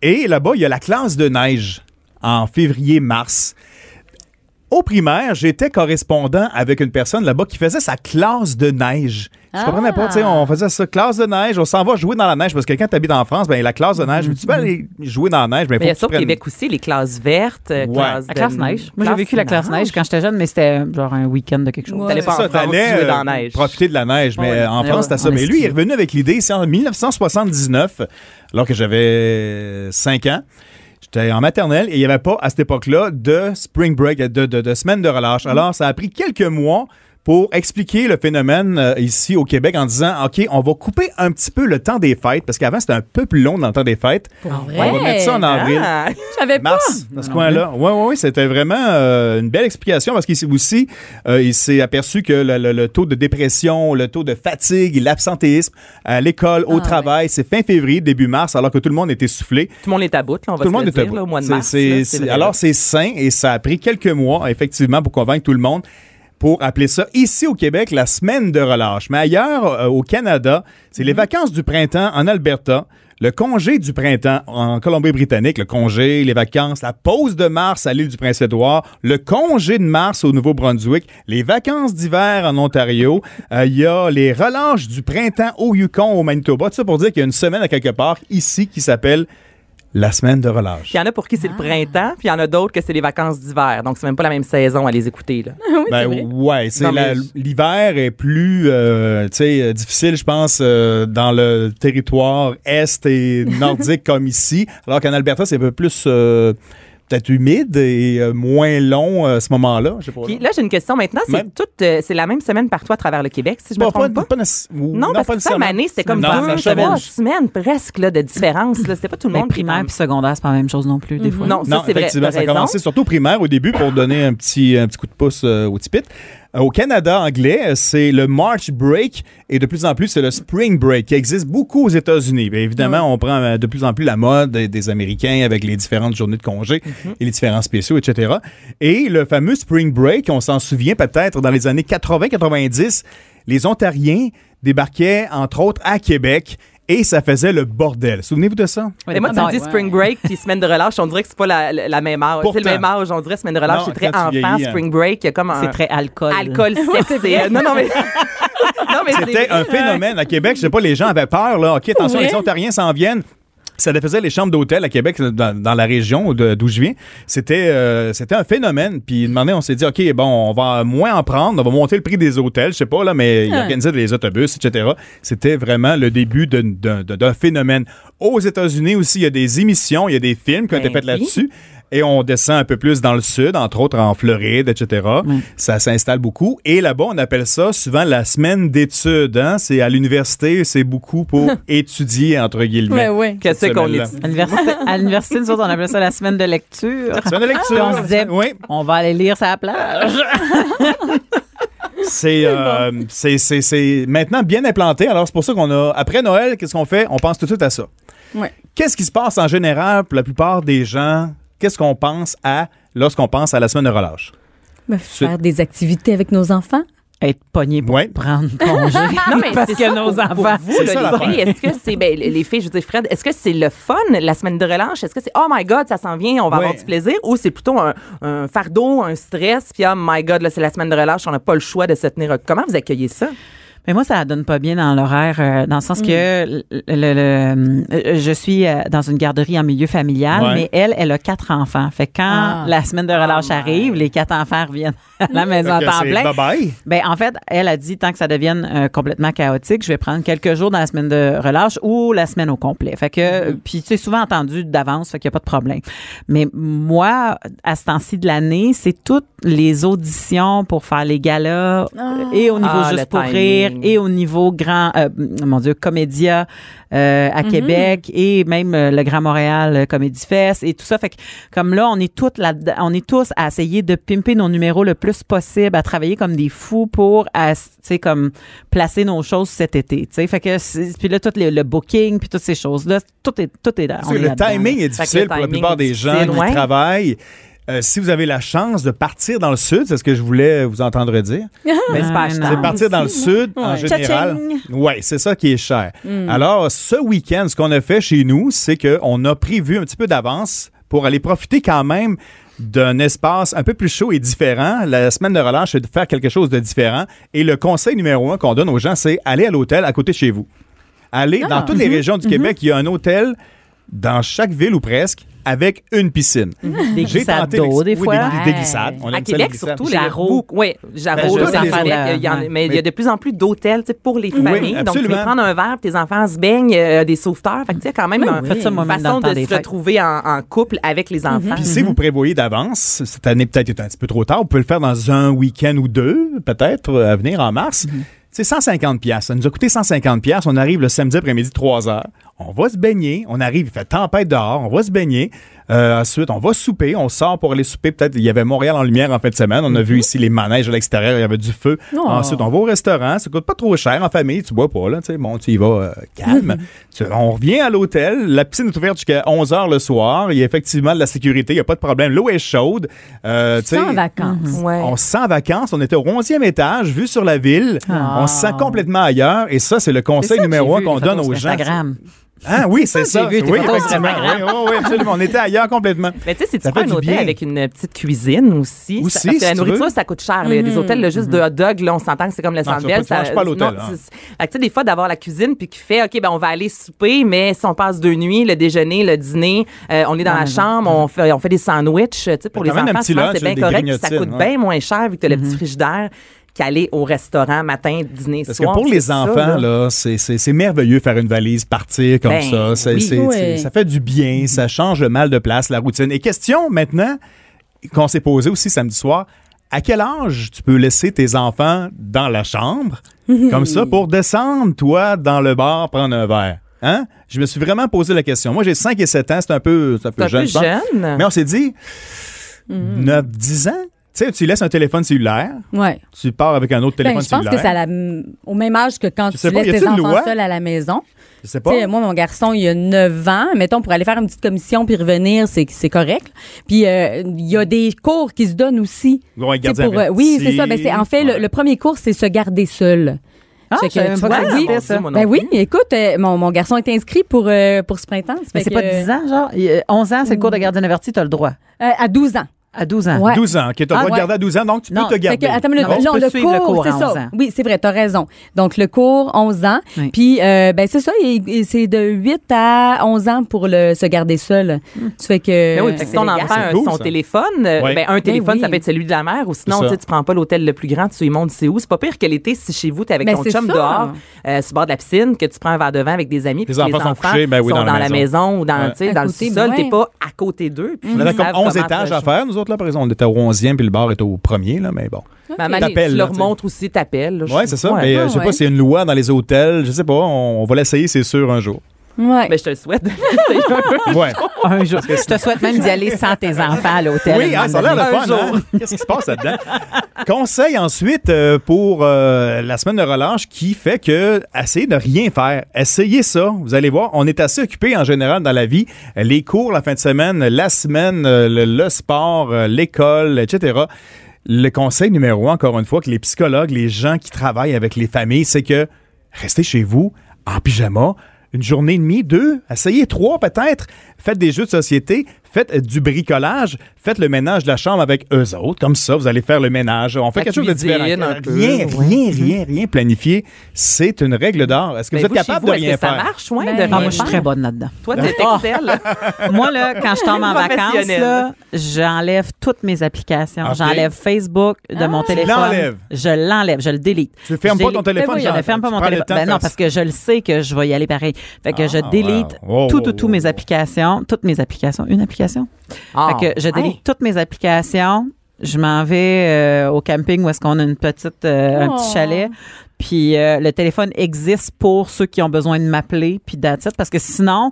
Et là-bas, il y a la classe de neige en février-mars. Au primaire, j'étais correspondant avec une personne là-bas qui faisait sa classe de neige.
Ah!
Je comprenais pas, tu sais, on faisait ça, classe de neige, on s'en va jouer dans la neige, parce que quand t'habites en France, ben la classe de neige, tu peux aller jouer dans la neige, ben,
Mm-hmm. Mais il y a
faut
ça au
que tu prennes-
Québec aussi, les classes vertes, euh,
Ouais.
classes
La classe
de-
neige. Moi, j'ai vécu la classe neige quand j'étais jeune, mais c'était euh, genre un week-end de quelque chose.
Ouais.
T'allais pas
C'est
en
ça,
France
t'allais,
jouer dans
euh,
la neige.
profiter de la neige, mais
Ouais,
euh, en
ouais,
France,
ouais,
c'était ça.
on
Mais lui, il
esquive.
est revenu avec l'idée, c'est en 1979, alors que j'avais 5 ans. J'étais en maternelle et il n'y avait pas, à cette époque-là, de spring break, de, de, de semaine de relâche. Alors, ça a pris quelques mois pour expliquer le phénomène euh, ici au Québec en disant, OK, on va couper un petit peu le temps des fêtes, parce qu'avant, c'était un peu plus long dans le temps des fêtes. On va
vrai?
mettre ça en avril.
Ah,
Je savais pas.
Mars, dans ce coin-là. Oui, oui, oui, c'était vraiment euh, une belle explication parce qu'il s'est aussi euh, il s'est aperçu que le, le- le taux de dépression, le taux de fatigue, et l'absentéisme à l'école,
Ah,
au travail, c'est fin février, début mars, alors que tout le monde est essoufflé.
tout le monde est à bout, là, on va
Tout le
se
monde
le
est à
dire,
bout.
là, au mois de
C'est-
mars.
c'est-
là,
c'est-
vrai.
alors, c'est sain et ça a pris quelques mois, effectivement, pour convaincre tout le monde pour appeler ça ici au Québec la semaine de relâche. Mais ailleurs, euh, au Canada, c'est
Mhm.
les vacances du printemps en Alberta, le congé du printemps en Colombie-Britannique, le congé, les vacances, la pause de mars à l'île du Prince-Édouard, le congé de mars au Nouveau-Brunswick, les vacances d'hiver en Ontario, Euh, il y a les relâches du printemps au Yukon, au Manitoba. Tout ça pour dire qu'il y a une semaine à quelque part ici qui s'appelle la semaine de relâche.
Puis il y en a pour qui c'est
Ah.
le printemps, puis il y en a d'autres que c'est les vacances d'hiver. Donc, c'est même pas la même saison à les écouter. Là.
Ben ouais, c'est
Non,
la-
mais-
l'hiver est plus euh, tu sais, euh, difficile je pense euh, dans le territoire est et nordique comme ici, alors qu'en Alberta c'est un peu plus euh, peut-être humide et euh, moins long euh, à ce moment-là, je sais pas.
Puis là, j'ai une question maintenant. C'est
Même-
toute, euh, c'est la même semaine partout à travers le Québec, si je me
Bon,
trompe pas.
nécess- ou-
Non, parce
pas
que ça,
nécessairement.
année, c'était comme
Non,
deux,
ça change.
trois semaines presque là, de différence. là. C'était pas tout le
Mais
monde qui
primaire puis hein. secondaire, c'est pas la même chose non plus, des fois.
Non,
Non,
ça, c'est vrai.
effectivement,
t'as
ça a
raison.
commencé surtout au primaire au début pour donner un petit, un petit coup de pouce euh, au tipit. Euh, Au Canada anglais, euh, c'est le March Break et de plus en plus, c'est le Spring Break qui existe beaucoup aux États-Unis. Bien évidemment, on prend euh, de plus en plus la mode des, des Américains avec les différentes journées de congé
Mm-hmm.
et les différents spéciaux, etc. Et le fameux Spring Break, on s'en souvient peut-être dans les années 80-90, les Ontariens débarquaient entre autres à Québec et ça faisait le bordel. Souvenez-vous de ça?
Mais moi, tu me dis spring break puis semaine de relâche, on dirait que c'est pas la, la- la même âge.
Pourtant.
C'est le même âge, on dirait semaine de relâche,
Non,
c'est très
quand tu
enfant.
vieillis, hein.
Spring break, il y a comme un
C'est très alcool.
alcool sexe. et- Non, non, mais. non, mais
C'était
c'est- hein?
un phénomène à Québec. Je sais pas, les gens avaient peur. Là. OK, attention,
Ouais.
les Ontariens s'en viennent. Ça faisait les chambres d'hôtel à Québec, dans, dans la région de- d'où je viens. C'était euh, c'était un phénomène. Puis, une année, on s'est dit, OK, bon, on va moins en prendre, on va monter le prix des hôtels, je sais pas, là, mais ils organisaient les autobus, etc. C'était vraiment le début d'un- d'un d'un phénomène. Aux États-Unis aussi, il y a des émissions, il y a des films qui ont été
Ben
faits
oui.
là-dessus. Et on descend un peu plus dans le sud, entre autres en Floride, etc. Ça s'installe beaucoup. Et là-bas, on appelle ça souvent la semaine d'études. hein. C'est à l'université, c'est beaucoup pour étudier, entre guillemets.
Ouais, ben ouais.
Qu'est-ce
cette
qu'on
semaine-là.
étudie?
À l'université, à l'université, nous autres, on appelait ça la semaine de lecture.
Semaine de lecture.
Puis on se disait,
Oui.
on va aller lire sa plage.
C'est euh, c'est- c'est- c'est maintenant bien implanté. Alors, c'est pour ça qu'on a. Après Noël, qu'est-ce qu'on fait? On pense tout de suite à ça.
Ouais.
Qu'est-ce qui se passe en général pour la plupart des gens? Qu'est-ce qu'on pense à lorsqu'on pense à la semaine de relâche?
Me Faire des activités avec nos enfants.
Être pogné pour
Ouais.
prendre congé.
Non, mais
parce
c'est ça,
que nos
pour- pour
enfants.
vous,
C'est ça,
là, les
l'affaire.
filles, est-ce que c'est. ben, les filles, je veux dire, Fred, est-ce que c'est le fun, la semaine de relâche? Est-ce que c'est Oh my God, ça s'en vient, on va
Ouais.
avoir du plaisir? Ou c'est plutôt un, un fardeau, un stress, puis Oh my God, là, c'est la semaine de relâche, on n'a pas le choix de se tenir. Comment vous accueillez ça?
Mais moi, ça donne pas bien dans l'horaire, euh, dans le sens que
Mm.
le, le- le- euh, je suis euh, dans une garderie en milieu familial,
Ouais.
mais elle, elle a quatre enfants. Fait que quand
Ah.
la semaine de relâche arrive, les quatre enfants reviennent à la maison à
Fait que
temps
c'est
plein.
Bye-bye.
Ben, en fait, elle a dit tant que ça devienne euh, complètement chaotique, je vais prendre quelques jours dans la semaine de relâche ou la semaine au complet. Fait que, euh, puis tu sais, souvent entendu d'avance, fait qu'il n'y a pas de problème. Mais moi, à ce temps-ci de l'année, c'est toutes les auditions pour faire les galas euh, et au niveau
Ah, le
Juste pour
timing.
rire et au niveau grand, euh, mon Dieu, Comédia euh, à Québec et même euh, le Grand Montréal euh, Comédie Fest et tout ça. Fait que comme là, on est toutes là, on est tous à essayer de pimper nos numéros le plus possible, à travailler comme des fous pour, à, tu sais, comme placer nos choses cet été. Tu sais, fait que c'est- puis là, tout les- le booking puis toutes ces choses là, tout est tout est là.
Parce
on
que
est
le
là-dedans.
Fait
timing est
que le
difficile pour la
timing
plupart
est
des gens
difficile,
qui
ouais.
travaillent. Euh, si vous avez la chance de partir dans le sud, c'est ce que je voulais vous entendre dire.
Ben,
Mais c'est pas
Ouais,
achetant.
non.
Ben, Partir dans le sud, en général. Oui, c'est ça qui est cher.
Hmm.
Alors, ce week-end, ce qu'on a fait chez nous, c'est qu'on a prévu un petit peu d'avance pour aller profiter quand même d'un espace un peu plus chaud et différent. La semaine de relâche, c'est de faire quelque chose de différent. Et le conseil numéro un qu'on donne aux gens, c'est aller à l'hôtel à côté de chez vous. Allez
Ah.
dans toutes
Mm-hmm.
les régions du Québec, il y a un hôtel dans chaque ville ou presque avec une piscine.
Mm-hmm.
Des
J'ai
glissades
tenté
d'eau,
l'ex-
des
oui,
fois.
des, des glissades. On
à
aime ça,
Québec,
les glissades.
surtout, les
Jarreau.
beaucoup. Oui,
Ben,
Jarreau,
je
les
veux dire,
enfants,
les
euh, il y en-
enfants,
mais il y
mais-
a de plus en plus d'hôtels tu sais, pour les
Oui,
familles. Donc, tu
absolument.
vas prendre un verre, puis tes enfants se baignent, euh, des sauveteurs. Fait que, tu sais, quand même, un-
oui. Faites ça, moi,
une
même dans
façon
le temps
de
des
se
fêtes.
retrouver en, en couple avec les enfants.
Mhm. Puis si vous prévoyez d'avance, cette année peut-être est un petit peu trop tard, vous pouvez le faire dans un week-end ou deux, peut-être, euh, à venir en mars. C'est 150 pièces. Ça nous a coûté 150 pièces. On arrive le samedi après-midi 3 heures. On va se baigner. On arrive, il fait tempête dehors. On va se baigner. Euh, ensuite, on va souper. On sort pour aller souper. Peut-être, il y avait Montréal en lumière en fin de semaine.
Mhm.
On a vu ici les manèges à l'extérieur. Il y avait du feu.
Oh.
Ensuite, on va au restaurant. Ça coûte pas trop cher en famille. Tu bois pas, là. Tu sais, bon, tu y vas euh, calme.
Mhm.
Tu- on revient à l'hôtel. La piscine est ouverte jusqu'à 11 h le soir. Il y a effectivement de la sécurité. Il n'y a pas de problème. L'eau est chaude. Euh, tu sais,
Sans vacances.
Ouais.
on se sent en vacances. On était au 11e étage, vue sur la ville. On se sent complètement ailleurs. Et ça, c'est le
Ah. C'est ça
conseil
que j'ai
numéro un
vu,
qu'on
les photos
donne aux gens.
sur Instagram.
Ah oui, c'est
Ça,
ça.
j'ai vu tes
oui,
photos sur
effectivement. Oui, oui, oui, absolument. On était ailleurs complètement.
Mais tu sais, si tu
Ça
prends
fait
un
du
hôtel
bien.
avec une petite cuisine aussi,
Aussi,
ça- parce
si
que la
tu
nourriture,
veux. Mm. Mm-hmm.
ça coûte cher. là. Il y a des hôtels, là, juste de hot dog, là, on s'entend que c'est comme le centre
tu vas
Bell.
pas- tu manges pas à l'hôtel,
non,
hein.
c'est- Fait que, tu sais, des fois, d'avoir la cuisine, puis qui fait, OK, ben, on va aller souper, mais si on passe deux nuits, le déjeuner, le dîner, euh, on est dans la chambre, on fait, on fait des sandwichs, tu sais, pour
Mais
les
quand même un
enfants,
petit
souvent,
lunch,
c'est bien
des hein. Mm-hmm.
correct, puis ça coûte
grignotines, ouais.
bien moins cher, vu que t'as le petit frigidaire qu'aller au restaurant matin, dîner,
Parce que
soir.
pour
c'est
les
ça,
enfants,
là.
là, c'est- c'est c'est merveilleux faire une valise, partir comme
Ben,
ça. C'est-
oui. Mm-hmm.
c'est-
Oui.
c'est- Ça fait du bien, ça change le mal de place, la routine. Et question maintenant qu'on s'est posée aussi samedi soir, à quel âge tu peux laisser tes enfants dans la chambre
Mm-hmm.
comme ça pour descendre, toi, dans le bar, prendre un verre? Hein? Je me suis vraiment posé la question. Moi, j'ai 5 et 7 ans, c'est un peu, c'est un peu
C'est un
jeune.
peu
je pense.
jeune. Mm-hmm.
Mais on s'est dit, 9-10 ans? Tu sais, tu laisses un téléphone cellulaire,
Ouais.
tu pars avec un autre
Ben,
téléphone
je pense
cellulaire.
que c'est à la m- au même âge que quand
Je
tu
sais pas, y
laisses
a-t-il
tes
une
enfants
loi?
seuls à la maison.
Je sais pas.
Tu sais, moi, mon garçon, il a 9 ans. Mettons, pour aller faire une petite commission puis revenir, c'est c'est correct. Puis, euh, il y a des cours qui se donnent aussi.
Ouais,
Tu sais,
gardien
pour, euh,
averti.
oui, c'est ça. Ben, c'est- en fait, le,
Ouais.
le premier cours, c'est se garder seul.
Ah,
Fait
je savais
tu
pas que
vois,
ça
oui.
existait, ça.
Moi non
Ben
plus.
oui, écoute, euh, mon, mon garçon est inscrit pour, euh, pour ce printemps.
Mais c'est pas 10 ans, genre. Il y a 11 ans, c'est le cours de gardien averti, tu as le droit.
euh, à 12 ans.
À 12 ans.
Ouais.
12 ans. OK, t'as le
Ah,
droit de
ouais.
garder à 12 ans, donc tu
Non,
peux te
fait
garder. Ah
Fait que, attends une minute.
Non, tu
Non,
peux
le
suivre le
cours,
cours
c'est
à 11 ans.
ça. Oui, c'est vrai, t'as raison. Donc, le cours, 11 ans.
Oui.
Puis, euh, ben, c'est ça, il- il- c'est de 8 à 11 ans pour le, se garder seul. Tu fais que...
Ben oui, fait que si ton enfant a
C'est cool,
son
ça.
téléphone, euh,
Ouais.
ben, un téléphone,
oui.
ça peut être celui de la mère, ou sinon,
C'est ça.
tu sais, tu prends pas l'hôtel le plus grand, tu y montes, c'est où. C'est pas pire que l'été, si chez vous, t'es avec
Ben,
ton
c'est
chum
ça.
dehors, euh, sur le bord de la piscine, que tu prends un verre de vin avec des amis, puis que les
enfants sont
enfants
couchés, ben oui,
sont
dans la
la
maison.
maison ou dans, tu sais,
À
dans le
côté,
sous-sol,
ben
t'es
ouais.
pas à côté d'eux. puis
On
ils
avait comme
savent
11
comment
étages à
faire.
faire, nous autres, là, par exemple. On était au 11e, puis le bar était au premier, là, mais bon.
Maman,
T'appelles,
tu
là,
leur
tu sais.
montres aussi, t'appelles. là, je
Oui,
sais
c'est ça.
pas,
mais
hein.
euh,
Ah,
je sais pas
ouais.
s'il y a une loi dans les hôtels. Je sais pas. On, on va l'essayer, c'est sûr, un jour.
Ouais.
Ben, je te le souhaite.
Ouais.
Un jour. Je te souhaite même d'y aller sans tes enfants à l'hôtel.
Oui, ah, ça a l'air le fun. hein? Qu'est-ce qui se passe là-dedans? Conseil ensuite euh, pour euh, la semaine de relâche qui fait que essayez de rien faire. Essayez ça. Vous allez voir, on est assez occupé en général dans la vie. Les cours la fin de semaine, la semaine, euh, le, le sport, euh, l'école, etc. Le conseil numéro un, encore une fois, que les psychologues, les gens qui travaillent avec les familles, c'est que restez chez vous en pyjama. Une journée et demie, deux, essayez trois peut-être. Faites des jeux de société, faites euh, du bricolage, faites le ménage de la chambre avec eux autres. Comme ça, vous allez faire le ménage. On fait
La
quelque chose de
cuisine,
différent.
un
Rien,
peu,
rien,
ouais.
rien, rien, planifié. C'est une règle d'or. Est-ce que
Ben,
vous êtes
vous, chez
capable
vous,
de
est-ce
rien
que Ça
faire?
marche, ouais, de
Ben,
rien
Ah, moi, je suis
faire?
très bonne là-dedans.
Toi, t'es
Ah.
Excel.
Moi, là, quand je tombe en vacances,
Professionnelle.
là, j'enlève toutes mes applications.
Ok.
J'enlève Facebook de mon
Ah.
téléphone.
l'enlèves.
Je l'enlève, je le délite.
Tu fermes
Je
pas
déli-
ton téléphone,
Ben oui, je
Jean.
ne ferme pas
Tu
mon
prends le
téléphone.
temps de
Ben non,
faire Ah,
parce que je le sais que je vais y aller pareil. Fait que je
wow.
délite
Oh,
tout,
oh,
tout, tout
oh,
mes
oh.
applications. Toutes mes applications. Une application?
Ah,
fait que je délite
ouais.
toutes mes applications. Je m'en vais euh, au camping où est-ce qu'on a une petite, euh, un petit
Oh.
chalet. Puis euh, le téléphone existe pour ceux qui ont besoin de m'appeler, puis that's it, parce que sinon,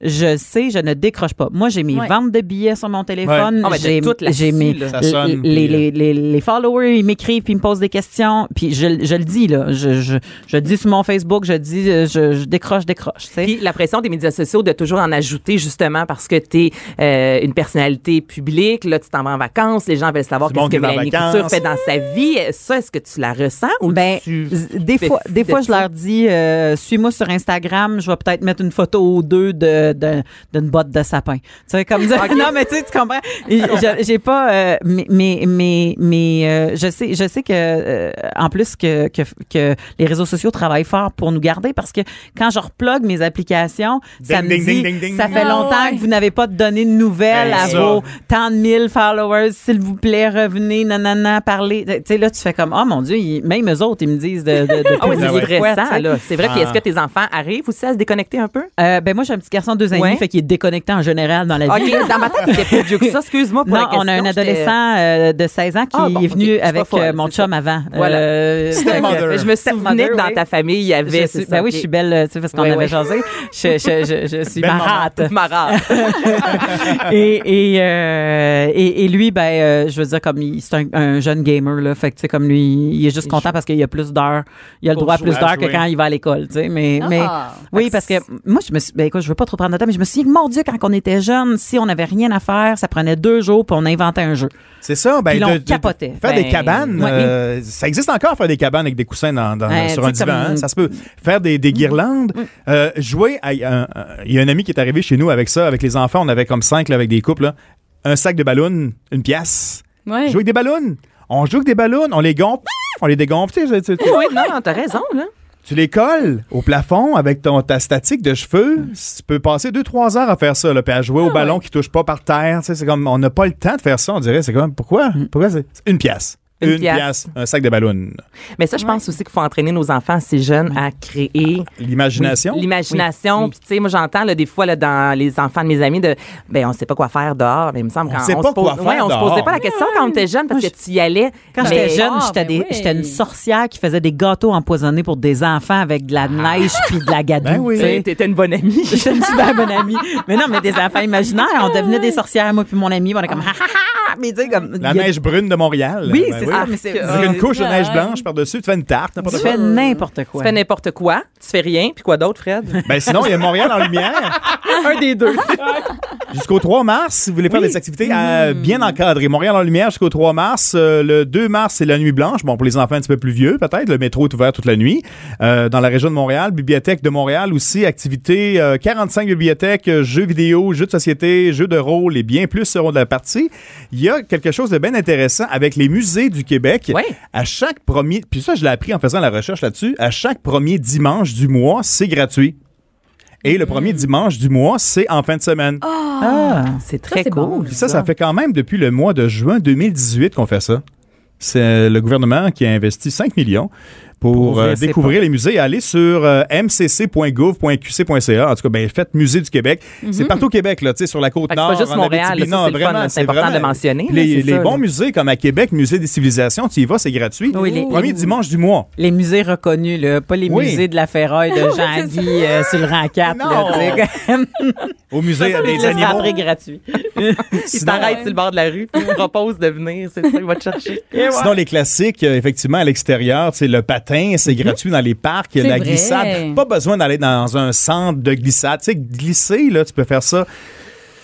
je sais, je ne décroche pas. Moi, j'ai mes
Ouais.
ventes de billets sur mon
Ouais.
téléphone.
Ah, ben, t'as
j'ai
tout là-dessus,
j'ai mes
là.
Ça sonne,
les,
puis,
les, les, les followers, ils m'écrivent, puis ils me posent des questions. Puis je, je le dis, là. Je, je, je le dis sur mon Facebook, je dis, euh, je, je décroche, décroche. tu sais.
Puis la pression des médias sociaux de toujours en ajouter justement parce que tu es une personnalité publique, là tu t'en vas en vacances, les gens veulent savoir
Du
qu'est-ce
monde
que
qui va en
Mélanie
vacances.
Couture fait dans sa vie. Ça, est-ce que tu la ressens ou
Ben,
tu...
z- des
fais
fois,
fi
des
de
fois je
ça?
leur dis, euh, suis-moi sur Instagram, je vais peut-être mettre une photo ou deux de, de- d'une botte de sapin. Tu sais, comme dire, non, mais tu sais, tu comprends. Et je- J'ai pas, euh, mais, mais, mais, mais, euh, je sais, je sais que, euh, en plus que, que, que les réseaux sociaux travaillent fort pour nous garder parce que quand je replogue mes applications, ça
Ding,
me
ding,
dit,
ding, ding, ding.
ça fait
Ah,
longtemps
ouais.
que vous n'avez pas donné de nouvelles
Ben,
à
ça.
vos tant de mille followers, s'il vous plaît, revenez, nanana, parlez. Tu sais, là, tu fais comme, oh mon Dieu, ils- même eux autres, ils me disent de, de, de
Ah ouais,
publier
c'est
ouais.
de quoi,
stressant,
tu sais.
là. C'est vrai. Puis
Ah.
est-ce que tes enfants arrivent aussi à se déconnecter un peu?
Euh, ben moi, j'ai un petit garçon de deux ans et
Ouais.
demi, fait qu'il est déconnecté en général dans la vie.
OK, dans ma tête, il était plus vieux que ça. Excuse-moi pour
Non,
la question.
on a un
j'étais-
adolescent euh, de 16 ans qui
Ah, bon,
est venu
ok, je suis pas
avec
folle,
euh, mon
c'est ça.
chum avant.
Voilà.
Euh,
Stepmother.
Mais Je me souvenais que dans
oui.
ta famille, il y
je
avait...
suis-
c'est ça,
ben oui,
ok.
je suis belle, euh, tu sais, parce qu'on
Ouais,
avait
ouais.
jasé. Je, je, je, je suis
Belle maman.
marate.
Toute ma race.
et, et, euh, et, et lui, ben, euh, je veux dire, comme il- c'est un, un jeune gamer, là, fait que, tu sais, comme lui, il est juste content parce qu'il y a plus d'heures, il a le
Pour
droit à
jouer.
plus
À
d'heures que
jouer.
quand il va à l'école, tu sais, mais,
Ah.
mais, oui,
Fait que
parce que moi, je me suis, ben, écoute, je veux pas trop prendre de temps, mais je me suis dit, mon Dieu, quand on était jeune, si on n'avait rien à faire, ça prenait deux jours, puis on inventait un jeu.
C'est ça. Ben,
Puis l'on
de- de-
capotait.
Faire
Ben,
des cabanes,
ouais.
euh, ça existe encore, faire des cabanes avec des coussins dans, dans-
Ouais,
sur
tu
un
sais,
divan.
comme- Mm.
hein, ça se peut. Faire des, des guirlandes. euh, jouer à- un- un- Il y a un ami qui est arrivé chez nous avec ça, avec les enfants. On avait comme cinq là, avec des couples. là. Un sac de ballons, une pièce.
Ouais.
Jouer avec des ballons. On joue avec des ballons, on les gonfle, on les dégonfle. tu sais, tu- tu-
oui, non, non, t'as raison, là.
Tu les colles au plafond avec ton, ta statique de cheveux. Tu peux passer 2-3 heures à faire ça, là, puis à jouer
Ah
au ballon qui touche pas par terre. Tu sais, C'est comme, on n'a pas le temps de faire ça, on dirait. C'est comme, pourquoi?
Mm.
Pourquoi c'est c'est une pièce?
Une pièce.
un sac de ballon.
Mais ça, je pense aussi qu'il faut entraîner nos enfants assez jeunes à créer
L'imagination.
Oui, L'imagination.
Oui.
Puis, tu sais, moi, j'entends, là, des fois, là, dans les enfants de mes amis, de, ben, on sait pas quoi faire dehors. Mais il me semble
On
qu'on
sait
on
pas
se pose-
quoi faire
ouais, on se
dehors.
posait pas la question quand on était jeune parce
Moi,
que tu y allais.
Quand
Mais-
j'étais jeune,
ah,
j'étais
ben
des-
oui.
j'étais une sorcière qui faisait des gâteaux empoisonnés pour des enfants avec de la neige puis de la gadoue.
Ah. Ben oui.
tu sais.
T'sais, T'étais une bonne amie.
J'étais une super bonne amie. Mais non, mais des enfants imaginaires. On devenait des sorcières, moi puis mon ami. On est comme, ha, ha, ha. Mais tu sais, comme.
La
il y a-
neige brune de Montréal.
Oui,
Ben
c'est ça.
oui.
Mais c'est.
Ah,
Avec une couche de neige
Ouais.
blanche par-dessus, tu fais une tarte,
Tu
n'importe quoi.
fais n'importe quoi.
Tu fais n'importe quoi, tu fais rien, puis quoi d'autre, Fred?
Ben sinon, il y a Montréal en lumière.
Un des deux.
Jusqu'au 3 mars, si vous voulez faire des activités euh, bien encadrées. Montréal en lumière jusqu'au 3 mars. Euh, le 2 mars, c'est la nuit blanche. Bon, pour les enfants un petit peu plus vieux, peut-être. Le métro est ouvert toute la nuit. Euh, dans la région de Montréal, Bibliothèque de Montréal aussi, activités, euh, 45 bibliothèques, euh, jeux vidéo, jeux de société, jeux de rôle et bien plus seront de la partie. Il y a quelque chose de bien intéressant avec les musées du Québec.
Ouais.
À chaque premier, puis ça, je l'ai appris en faisant la recherche là-dessus, à chaque premier dimanche du mois, c'est gratuit. Et le premier dimanche du mois, c'est en fin de semaine.
Ah.
C'est très
c'est bon.
cool.
Puis ça, ça fait quand même depuis le mois de juin 2018 qu'on fait ça. C'est euh, le gouvernement qui a investi 5 millions pour
ouvrir
euh,
ses
découvrir les musées. Allez sur euh, mcc.gouv.qc.ca. En tout cas, ben, faites Musée du Québec. C'est partout au Québec, là, tu sais, sur la côte
Mhm. Fait que c'est
nord.
pas juste Montréal,
en Abitibi.
là, ça,
Non,
c'est le fun,
vraiment,
là, c'est important de le mentionner, là,
Les,
c'est
les
ça,
bons
là.
musées, comme à Québec, Musée des civilisations, tu y vas, c'est gratuit.
Oui, les-
Premier dimanche du mois.
Les musées reconnus, là, pas les
Oui.
musées de la ferraille de Jean-Guy euh, sur le rang 4.
Non.
Là,
Au musée des animaux.
entrées gratuit.
Il t'arrête sur le bord de la rue, puis il te propose de venir. C'est ça, il va te chercher.
Sinon, les classiques, euh, effectivement, à l'extérieur, c'est le patin, c'est gratuit dans les parcs, la
Mhm. C'est vrai.
glissade. Pas besoin d'aller dans un centre de glissade. Tu sais, glisser, là, tu peux faire ça.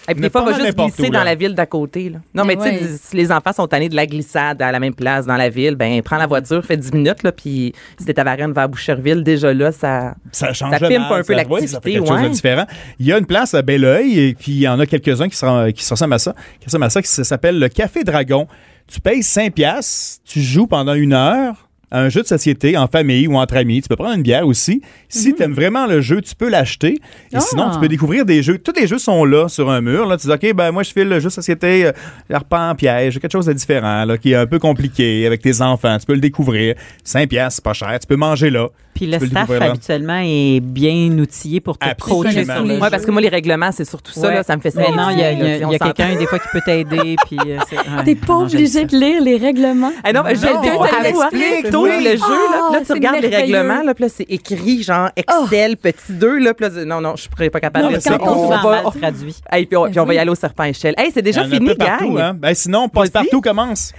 Et puis
Mais
des fois,
pas
va
mal
juste
n'importe
glisser
où,
dans
là.
la ville d'à côté. là. Non, mais,
Mais
tu
ouais.
sais, si les enfants sont tannés de la glissade à la même place dans la ville, ben prends la voiture, fais 10 minutes, là, puis si t'es à Varennes vers Boucherville, déjà là, ça...
Ça change
Ça
le
pimpe
mal,
un peu
ça se voit, Ça fait
l'activité,
quelque chose de
ouais.
différent. Il y a une place à Belleuil et puis il y en a quelques-uns qui se ren- qui se ressemblent à ça, qui ressemblent à ça, qui s- s'appelle le Café Dragon. Tu payes 5 piastres, tu joues pendant une heure à un jeu de société en famille ou entre amis. Tu peux prendre une bière aussi.
Mhm.
Si tu aimes vraiment le jeu, tu peux l'acheter. Et
Ah.
sinon, tu peux découvrir des jeux. Tous les jeux sont là sur un mur. Là. Tu dis, OK, ben moi, je file le jeu de société, euh, l'arpent en piège, quelque chose de différent, là, qui est un peu compliqué avec tes enfants. Tu peux le découvrir. 5 piastres, c'est pas cher. Tu peux manger là.
Puis
Tu
le
peux le
staff,
découvrir là.
habituellement, est bien outillé pour te
Absolument.
coacher
Ils
sur
connaissent
les
tous
Ouais, parce que moi, les règlements, c'est surtout ça,
Ouais.
là, ça me fait ça.
Mais non, il y a, il y a- il y a quelqu'un des fois qui peut t'aider. puis euh, c'est- ouais,
T'es pas
non, j'aime
obligé de lire les règlements.
Ah non, mais j'ai
Non,
le défaut,
t'as
elle
le droit.
explique,
Oui.
t'ouvres le jeu, là,
Ah,
puis là, tu
c'est
regardes les
merveilleux.
règlements, là, puis là, c'est écrit, genre, Excel, petit 2, là, puis là, non, non, je serais pas capable
Non,
de
mais
ça.
ça.
quand on
On
Souvent
va,
mal traduit.
Hey, puis, on, puis on va y aller au serpent à échelle. Hey, c'est déjà
Il y en a un
fini,
peu partout,
gang.
hein. Ben, sinon, passe partout commence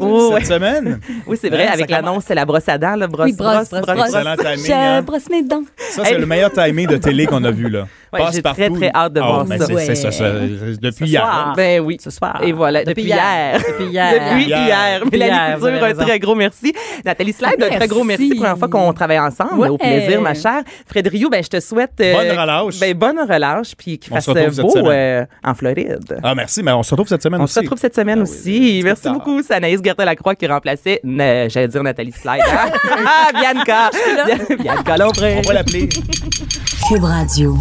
Oh, ouais.
cette semaine.
Oui, c'est vrai,
Hein, ça
avec
commence.
l'annonce, c'est la brosse à dents, là, brosse,
Oui, brosse, brosse, brosse.
Excellent timing,
Je
hein.
brosse mes dents.
Ça, c'est
Hey.
le meilleur timing de télé qu'on a vu. Là.
Ouais, j'ai très, très hâte de
Ah,
voir
ben,
ça.
c'est- c'est ça, ça,
Ouais.
c'est- Depuis
Ce
hier.
soir.
Ben oui.
Ce soir.
Et voilà, depuis hier.
Depuis hier.
Depuis hier.
Depuis
Mélanie
hier, vous avez
Couture, un
raison.
très gros merci. Nathalie Slade, un très
Merci.
gros merci. Première fois qu'on travaille ensemble.
Ouais.
Au plaisir, ma chère. Frédéric, ben, je te souhaite. euh,
Bonne relâche.
Ben, bonne relâche, puis qu'il
On
fasse
se retrouve cette
beau
semaine.
euh, en Floride.
Ah, merci, mais on se retrouve cette semaine
On
aussi.
se
Ah
retrouve cette semaine aussi. Merci
tard.
beaucoup. C'est Anaïs Gertin-Lacroix qui remplaçait, euh, j'allais dire Nathalie Slide. Ah, Bianca. Bianca Lombré.
On va l'appeler.
Cube Radio.